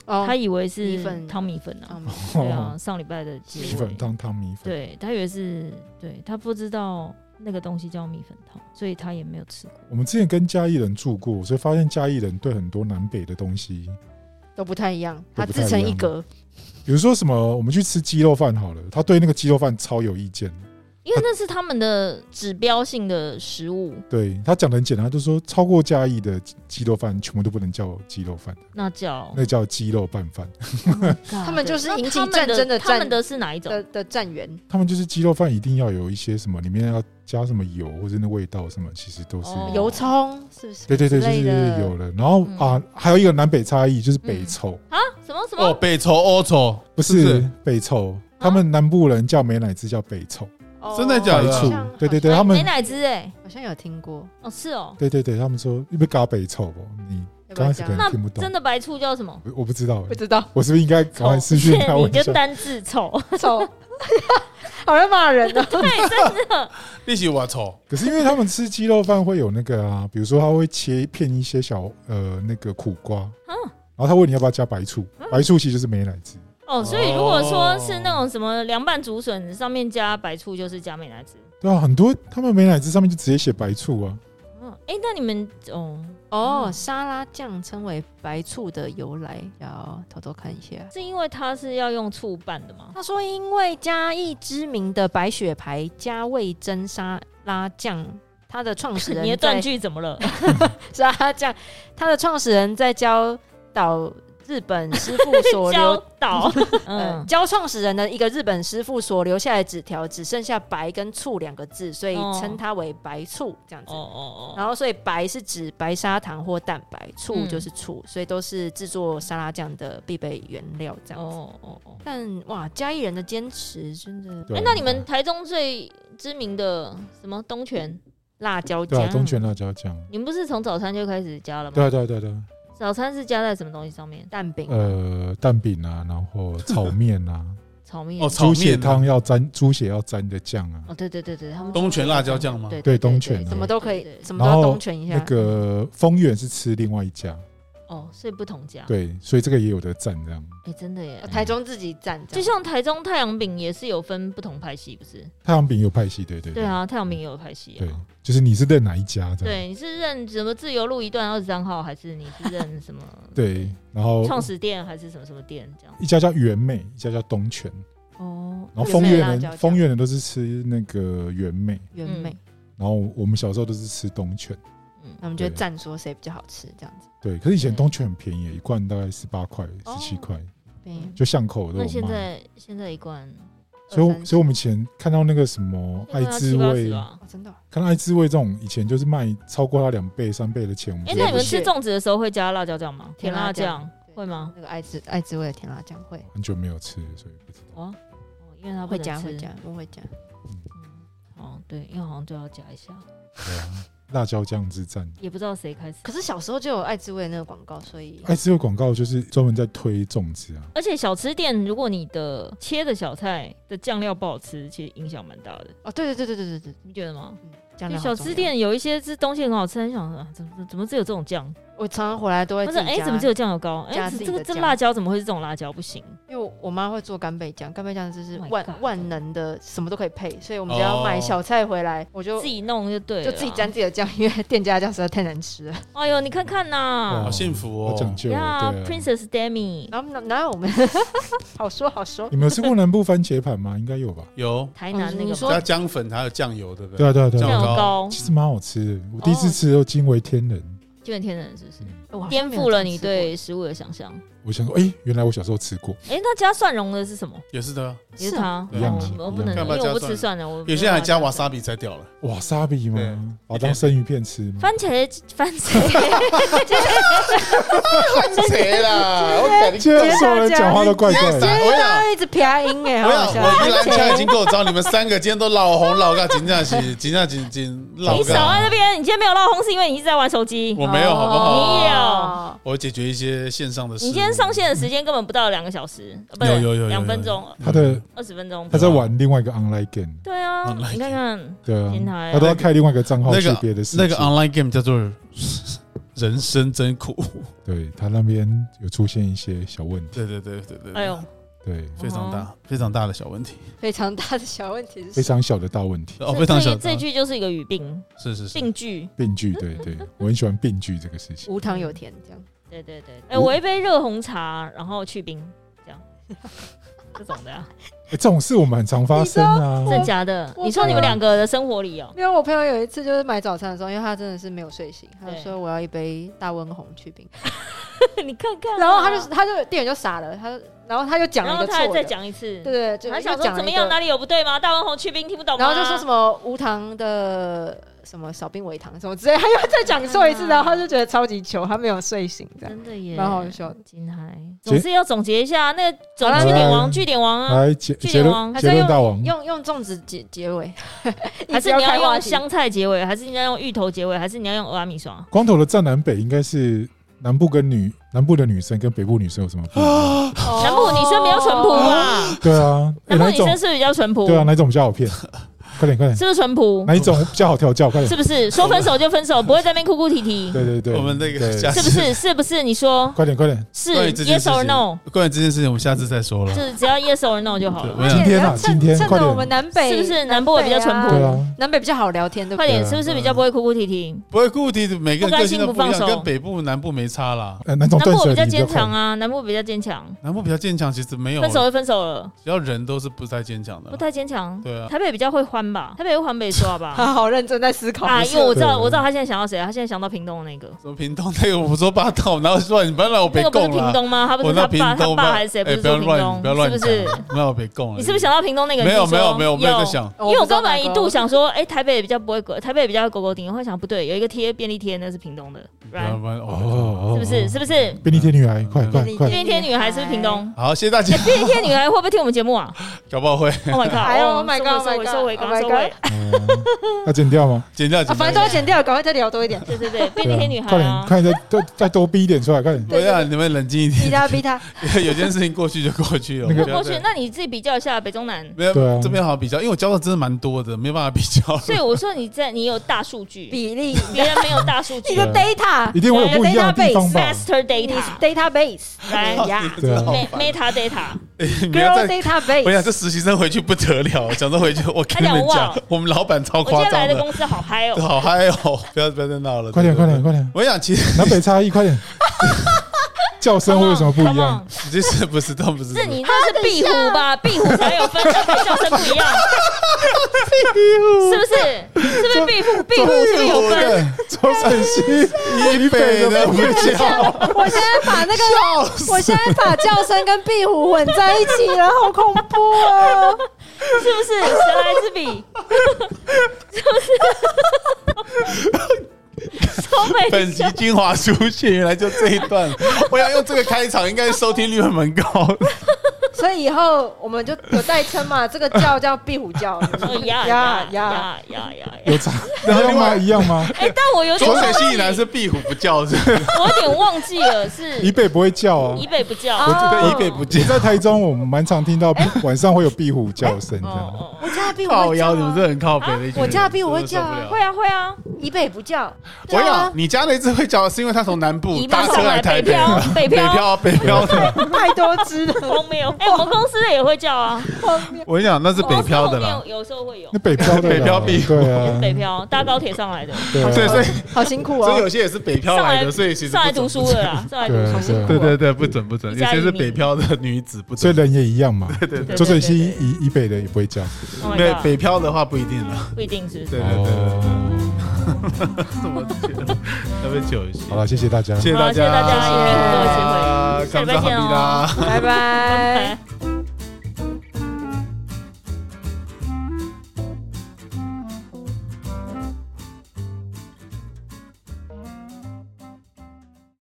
D: 哦
C: 他以为
D: 米
C: 是
D: 粉
C: 汤米粉啊，
D: 嗯
C: 对啊，上礼拜的结
A: 哦米
C: 尾
A: 粉当汤米粉，
C: 对他以为是，对他不知道那个东西叫米粉汤，所以他也没有吃过。
A: 我们之前跟嘉义人住过，所以发现嘉义人对很多南北的东西，
D: 都不太一样，
A: 都
D: 他
A: 不
D: 自
A: 太
D: 成
A: 一
D: 一
A: 样
D: 格，
A: 比如说什么，我们去吃鸡肉饭好了，他对那个鸡肉饭超有意见。
C: 因为那是他们的指标性的食物，
A: 对他讲的很简单，他就说超过嘉义的鸡肉饭全部都不能叫鸡肉饭，
C: 那叫
A: 那叫鸡肉拌饭。
C: 他
D: 们就是引起
C: 他们
D: 战争的
C: 他们
D: 战
C: 的是哪一
A: 哦
C: 种？啊
D: 的的站员
A: 他们就是鸡肉饭一定要有一些什么，里面要加什么油或者那味道什么，其实都是。
C: 哦
D: 油葱是不是？
A: 对对对，就是
D: 之类的
A: 有了。然后、
C: 嗯
A: 啊，还有一个南北差异就是北
C: 嗯
A: 臭，
C: 啊，什么什么？
B: 哦，北丑欧丑
A: 不
B: 是不是
A: 北臭，他们南部人叫美乃滋叫北臭，
D: 哦
B: 真的假的啊
A: 白
B: 好
A: 醋
D: 像。
A: 对对
D: 好
A: 对，
C: 哎
A: 他
C: 没
A: 们
C: 奶汁哎，
D: 像好像有听过，
C: 哦是哦，
A: 对对对，他们说你不嘎北臭哦，你
D: 要不
A: 刚
D: 要
A: 开始
D: 讲
A: 可能
C: 那
A: 听不懂
C: 真，的白醋叫什么？
A: 我我不知道
D: 不，知道，
A: 我是不是应该 赶快私讯他
C: 你
A: 问一
C: 就
A: 下？
C: 单字丑，
D: 丑，好像骂人哦。
B: 你是我丑，
A: 可是因为他们吃鸡肉饭会有那个啊，比如说他会切片一些小呃那个苦瓜，
C: 嗯
A: 然后他问你要不要加白醋，
C: 啊
A: 白醋其实就是美乃滋，
C: 哦，所以如果说是那种什么凉拌竹笋上面加白醋，就是加美奶汁。
A: 对啊，很多他们美乃滋上面就直接写白醋啊，
C: 嗯，哎，那你们哦，
D: 哦，沙拉酱称为白醋的由来，要偷偷看一下。
C: 是因为它是要用醋拌的吗？
D: 他说，因为嘉义知名的白雪牌加味蒸沙拉酱，它的创始人
C: 你的
D: 在
C: 断句怎么 了？
D: 沙拉酱，它的创始人在教导日本师傅 所
C: 教
D: 留。
C: 导，
D: 呃
C: 嗯，，
D: 教创始人的一个日本师傅所留下来的纸条，只剩下“白”跟“醋”两个字，所以
C: 哦
D: 称它为白醋这样子
C: 哦。哦
D: 然后，所以白是指白砂糖或蛋白，醋
C: 嗯
D: 就是醋，所以都是制作沙拉酱的必备原料这
C: 哦，
D: 样子。
C: 哦哦哦。
D: 但哇，嘉义人的坚持真的
A: 对
C: 哎、
A: 啊
C: 那你们台中最知名的什么东泉？
D: 辣椒
A: 对
D: 酱
A: 啊，，东泉辣椒酱，
C: 你们不是从早餐就开始加了吗？
A: 对啊对啊对啊对啊，
C: 早餐是加在什么东西上面？
D: 蛋饼，
A: 呃，蛋饼啊，然 后炒面啊，
C: 炒面。
B: 哦，
C: 哦，
B: 炒
A: 猪血
B: 面啊
A: 汤要沾猪血要沾的酱啊，
C: 对对对对，他们
B: 东泉辣椒酱吗？
C: 哦对
A: 对东泉啊
D: 什么都可以
C: 对对，对
D: 什么都要
A: 然后
D: 东泉一下。
A: 那个丰原是吃另外一家，
C: 哦，所以不同家。，
A: 对，所以这个也有的占这样。
C: 哎、真的耶
D: 呃。台中自己站这
C: 就
D: 样，
C: 像台中太阳饼也是有分不同派系，不是？
A: 太阳饼有派系，对对
C: 对，啊，太阳饼也有派系
A: 对
C: 啊。，
A: 就是你是认哪一家这样？
C: 对，你是认什么自由路一段二十三号，还是你是认什 么
A: 对，然后
C: 创始店，还是什么什么店这样？
A: 一家叫原美，一家叫东泉，
C: 哦，
A: 然后
D: 原
A: 丰
D: 美
A: 原
D: 辣椒
A: 人
D: 酱
A: 丰原人都是吃那个原美，
D: 原
C: 嗯
D: 美，
A: 然后我们小时候都是吃东泉，
C: 嗯，
D: 他们就会
A: 对
D: 站说谁比较好吃这样子。
A: 对，可是以前
C: 对
A: 东泉很便宜，一罐大概十八块、
D: 哦
A: 十七块，
D: 对，
A: 就巷口都
C: 嗯那
A: 有
C: 现
A: 卖。
C: 在现在一罐
A: 所以
D: 二
A: 我，
D: 三十
A: 所以我们以前看到那个什么爱滋
C: 哦七八
A: 味
C: 十，啊吧。
D: 哦，真的哦，
A: 看到爱滋味这种，以前就是卖超过它两倍、三倍的钱，我们
C: 哎、
A: 就
C: 那你们
D: 是
C: 吃粽子的时候会加辣椒酱吗？甜辣酱
D: 对
C: 会吗？
D: 那个爱滋爱滋味的甜辣酱会
A: 很久没有吃，所以不知道。
C: 哦，哦因为它不
D: 会
C: 能
D: 加
C: 吃
D: 会加，我会加。
C: 嗯哦，对，因为好像就要加一下，
A: 对啊，辣椒酱之战，
C: 也不知道谁开始。
D: 可是小时候就有爱滋味的那个广告，所以
A: 爱滋味广告就是专门在推粽子啊。
C: 而且小吃店，如果你的切的小菜的酱料不好吃，其实影响蛮大的，
D: 哦，对对对对对对
C: 你觉得吗？
D: 对，
C: 就
D: 就
C: 小吃店有一些这东西很好吃，很想说、啊、怎么怎么只有这种酱，
D: 我常常回来都会
C: 或
D: 自
C: 者
D: 己
C: 哎
D: 加
C: 怎么只有酱油膏，哎、
D: 加
C: 这
D: 自己
C: 这个
D: 的
C: 这
D: 酱
C: 辣椒怎么会是这种辣椒？不行，
D: 因为我我妈会做干贝酱，干贝酱就是
C: Oh my
D: 万
C: God
D: 万能的，什么都可以配，所以我们只要买
B: 哦
D: 小菜回来，我就
C: 自己啊弄就对了，
D: 就自己沾。自己的酱，因为店家的酱实在太难吃 了。
C: 哎呦，你看看
A: 哇
C: 呐、
B: 好幸福哦
A: 好讲究
C: 呀
A: 哦。对啊，
C: ，Princess Demi，
D: 然后哪哪有我们 好说好说，
A: 你们有吃过南部番茄盘吗？应该有吧？
B: 有
C: 台南那
D: 哦你
C: 个
D: 说
C: 吧
B: 加姜粉还有酱油，对不
A: 对
B: 对？
A: 啊，对啊，对
B: 酱
C: 酱
A: 啊
B: 油。
C: 油
B: 膏
C: 膏，
A: 其实蛮好吃的，我第一次吃都惊为天人。
C: 就很天然，是不是？
D: 哎我好
C: 嗯
D: 像
C: 颠
D: 没有
C: 覆了
D: 这样
C: 你
D: 吃过
C: 对食物的想象。
A: 我想说，哎，原来我小时候吃过。
C: 哎、那加蒜蓉的是什么？
B: 也是的啊，
C: 也是
D: 是啊
C: 它，
A: 一样的
C: 哦我不
A: 一
C: 能，
A: 样的
C: 因为我不吃蒜的。我
B: 有些人还加
C: 没
B: 瓦
C: 办法
B: 萨比才屌了。
A: 哇，沙比
B: 对
A: 吗？把它当生鱼片吃吗？
C: 番茄，番 茄，
B: 谁啦？我 感
A: 今天所有人讲话都怪怪
D: 哎
A: 的。
B: 我想。
E: 一直撇音
D: 欸
E: 哎，
B: 不
E: 好
B: 要，
E: 好笑。
B: 我一篮枪已经够糟，你们三个今天都老红老尬，紧张紧紧张紧紧老
C: 你少在
B: 尬
C: 那。边。你今天没有闹红，是因为你一直在玩手机。
B: 啊我没有，好不好？
C: 你有
D: 哦，
B: 我解决一些线上的事。
C: 你今天上线的时间根本不到两个小时，呃不
B: 嗯有有
C: 是
B: 有有
C: 两分
B: 有
C: 钟，
A: 他的
C: 二十分钟。
A: 他在玩另外一个 online game，
C: 对啊，
B: Online
C: 你看看，
A: 对
C: 天
A: 啊，
C: 台
A: 他都要开另外一个账号
B: 那
A: 去
B: 个
A: 别的事
B: 那个
A: 情。
B: online game 叫做 《人生真苦》。
A: 对他那边有出现一些小问题，
B: 对对对对对，
C: 哎呦，，嗯哦
A: 对，
B: 非常大非常大的小问题
D: 非常大的小问题
A: 非
D: 是什么，
A: 常小的大问题，
B: 哦，
C: 这
B: 非常小。嗯
C: 这这句就是一个语病，
B: 是是是，
C: 病句。
A: 病句，对对，我很喜欢病句这个事情。
D: 无糖有甜这样。
C: 对对对，哎，我一杯热红茶，然后去冰，这 样，这种的啊，
A: 哎，这种事我们很常发生啊，
C: 真的假的？
E: 我
C: 你说你们两个的生活里哦，
D: 因为我朋友有一次就是买早餐的时候，因为他真的是没有睡醒，他就
C: 对
D: 说我要一杯大温红去冰，
C: 你看看啊，
D: 然后他就他就店员就傻了，他就然后他就讲
C: 然
D: 了
C: 后
D: 一个
C: 他还
D: 错
C: 再
D: 的，
C: 讲一次，
D: 对对，就
C: 他
D: 又
C: 想说
D: 讲了
C: 怎么
D: 一
C: 样，
D: 个
C: 哪里有不对吗？大文红去冰听不懂吗，
D: 然后就说什么无糖的什么少冰微糖什么之类，他又再讲错
C: 嗯
D: 一次，然后他就觉得超级糗，他没有睡醒这样。
C: 真的耶，
D: 蛮好笑的
C: 金海
A: 结
C: 总是要总结一下那个总
D: 好啦
C: 据点
A: 来
C: 王，据点王啊，
A: 来结
C: 巨
A: 结
C: 王
A: 论
D: 还
A: 结
D: 是
A: 论
D: 要
A: 大王，
D: 用用粽子结结尾，
C: 嗯 还是
D: 一
C: 你
D: 直开
C: 要
D: 话
C: 用
D: 题
C: 香菜结尾，还是你要用芋头结尾，还是你要用俄阿米爽？
A: 光头的站南北应该是南部跟女南部的女生跟北部女生有什么不一
B: 啊
A: 样？
D: 哦
C: 南部女生比较淳朴吧，
A: 对 啊，哎
C: 南部
A: 哪
C: 女
A: 一种
C: 生是不是比较淳朴？
A: 对啊，哪一种比较好骗？快点快点，
C: 是不是淳朴？
A: 哪一种比较好调教？快
C: 是
A: 点，
C: 不是说分手就分手，不会在那边哭哭啼啼？
A: 啊 对对对，
B: 我们那个
A: 对
B: 家
C: 是不是？是不是？你说
A: 快点快点，
C: 是
B: 关于这件
C: yes
B: 事情
C: or no？
B: 关于这件事情，我们下次再说了
C: 就。是只要 yes or no 就好
B: 对
C: 了
B: 我。想
A: 今天啊
D: 哎趁
A: 今天
D: 趁
A: 快
D: 着
A: 点
D: 我们南北
C: 是不是南部也比较淳朴？
A: 对啊，
D: 南北比较好聊天，对不
C: 快
D: 对？
C: 点，
A: 对啊
C: 是不是比较不会哭哭啼啼？
B: 不会啊固定，每个人个性都不一
C: 不甘心不
B: 样，
C: 放
B: 跟
C: 手
B: 北部、南部没差啦。
A: 呃，哪种
C: 南
A: 断
C: 部
A: 舍
C: 比
A: 离
C: 较坚
A: 快
C: 强？啊，南部比较坚强，
B: 南部比较坚强，其实没有
C: 分，手就分手了，
B: 只要人都是不太坚强的
C: 不
B: 啦。
C: 太坚强。
B: 对啊，
C: 台北比较会欢吧，台北会欢北说好 不好？
D: 他好认真在思考。
C: 啊，
D: 不是
C: 因为我知
B: 嗯
C: 道，
A: 对
C: 我知道他现在想到谁，他现在想到屏东的那个，
B: 什么屏东那个胡说八道，哪有乱？你不要让我
C: 那
B: 被
C: 个不是
B: 供
C: 屏
B: 了。啊
C: 东吗？他不
B: 我
C: 是
B: 那
C: 他
B: 屏
C: 爸，他
B: 东
C: 爸还是谁？
B: 哎
C: 不是
B: 不要
C: 说屏
B: 乱，
C: 东，
B: 不要乱
C: 是不是？
B: 讲，不要让我被供了。
C: 你是不是想到屏东那个？
B: 没有
C: 你是
B: 没
C: 说
B: 有没有没有在。想，
C: 因为我根本一度
D: 哦我不知道
C: 想说，哎，台北比较不会狗，台北比较狗狗顶，我会想不对，有一个贴便利贴，那是屏东的
B: 不要
C: ，right？
B: 不要哦。
A: 哦，
C: 是不是？是不是？
A: 便利贴女孩，快
B: 嗯
A: 快
D: 便利
A: 快！
C: 便利贴女孩是不是屏东？哎
B: 好，谢谢大家
C: 哎，，便利贴女孩会不会听我们节目啊
B: 搞不好会。
C: ？Oh my god！
D: 哎呦
C: 哦
D: Oh my
C: 收回
D: god，
C: 收回收回
D: Oh
C: 收尾
D: my god， my god
C: 了，
A: 哦要剪掉吗？
B: 剪掉，
D: 啊，
B: 剪
D: 反正
B: 掉。
D: 都要剪掉，赶快再聊多一 点，
C: 对对对，便
A: 对
C: 利贴
A: 啊
C: 女孩
A: 快
C: 啊
A: 点，，快点，再多再多逼一点出来，快点。
B: 我要啊你们冷静一
D: 逼
B: 点，
D: 他逼他，
B: 有件事情过去就过去了。哦
A: 那个
B: 我觉得
C: 过去，那你自己比较一下北中南。
B: 啊没有
A: 对啊
B: 这边好比较，因为我教的真的蛮多的，没办法比较。
C: 所以我说你在你有大数据，
D: 比例
C: 别人没有大数
D: 一
C: 据
D: 个 data，
A: 啊一定会有不一样的地方吧？
C: ，master
D: 你是
C: data，
D: database，
C: 来
D: 哎 呀
A: 对啊，
C: Me- meta data，
B: 哎你不要
D: ，girl
B: 再，我想这
D: database，
B: 实习生回去不得了， 讲着回去，我跟你们
C: 他讲
B: 讲
C: 哇，
B: 我们老板超
C: 我今
B: 夸
C: 天来
B: 张
C: 的
B: 的，
C: 公司好嗨哦，
B: 好嗨哦！不要不要再闹了，
A: 快点，
B: 对
A: 快点，！快点！
B: 对对我想其实
A: 南北差异，快 点！叫声会有什么不一样？
B: 其实不是，都不是。
C: 是你那是壁虎吧？壁虎才有分，跟笑声不一样，是不是？是不是壁虎？壁虎是不是有分？
A: 周晨曦，
B: 以北的不叫，
D: 我现在把那个。
B: 笑死
D: 我现在把叫声跟壁虎混在一起了，好恐怖哦！
C: 是不是神来之笔？是不是？超 美
B: 本集精华出现，原来就这一段。 我想用这个开场，应该收听率会蛮高 的。
D: 所以以后我们就有代称嘛，这个叫叫壁虎叫，
C: 哦呀
D: 呀
C: 呀
D: 呀！
C: 呀呀呀！
A: 有差一
B: 然后
A: 样
B: 另
A: 吗？
B: 外
A: 一样吗？
C: 哎，但我有点
B: 左水
C: 忘
B: 西以
C: 记，
B: 南是壁虎不叫，是不 是
C: 我有点忘记了，
A: 以
C: 是
A: 北不会叫啊。
C: 以北不叫。
D: 哦
C: 哦
B: 对以北不叫
A: 你。在台中，我们蛮常听到
B: 哎
A: 晚上会有壁虎叫声，这样
C: 哦，
D: 我家的壁虎
B: 靠
D: 会叫
B: 腰，你们
D: 啊
B: 是很靠北的一群人
D: 我家的壁虎会叫
B: 真的
D: 啊
B: 受，不
C: 会
B: 了
C: 啊会啊，
D: 以北不叫，
B: 我
D: 对啊
B: 想你家那只会叫，是因为它从南部
C: 一
B: 搭
C: 半
B: 车
C: 上
B: 来
C: 来
B: 台北
C: 北漂
B: 吗，
C: 北
B: 北
C: 漂。
B: 漂北漂的。
D: 太多只了，
C: 荒谬！哎、我们公司的也会叫啊， 哦
B: 我跟你讲，那 是北漂的
C: 公司后
B: 啦。
C: 面有时候会有
A: 那北漂的啦
B: 北漂壁虎
A: 对
C: 也
A: 啊
C: 是，北漂，搭高铁上来的，
A: 对
B: 对，
A: 啊，
B: 所以
D: 好辛苦
B: 所以
D: 哦
B: 有。些也是北漂
C: 上
B: 来
C: 来
B: 的，所以其实
C: 上来
B: 不准
C: 读书的啦，上来读
A: 对啊
C: 书
A: 对啊
C: 的，
B: 对对对，不准不准，
C: 一
B: 有
C: 加
B: 些
C: 一
B: 是
C: 米
B: 北漂的女子不
A: 所以
B: 准。
A: 人也一样嘛。
B: 对对对，
A: 周晨曦以以北的也不会叫。
C: Oh my
B: 对
C: God，
B: 北漂的话不一定了。
C: 不一定是不是
B: 对对对对对，
A: 哦，
B: 怎么觉 得要被酒席？
A: 好了，谢谢大家。啊
B: 谢谢
C: 好
B: 大
C: 谢谢
B: 家，
C: 大家
D: 也给
C: 机
D: 我们
C: 会下礼拜见哦
B: 感谢
D: 拜拜。
C: 拜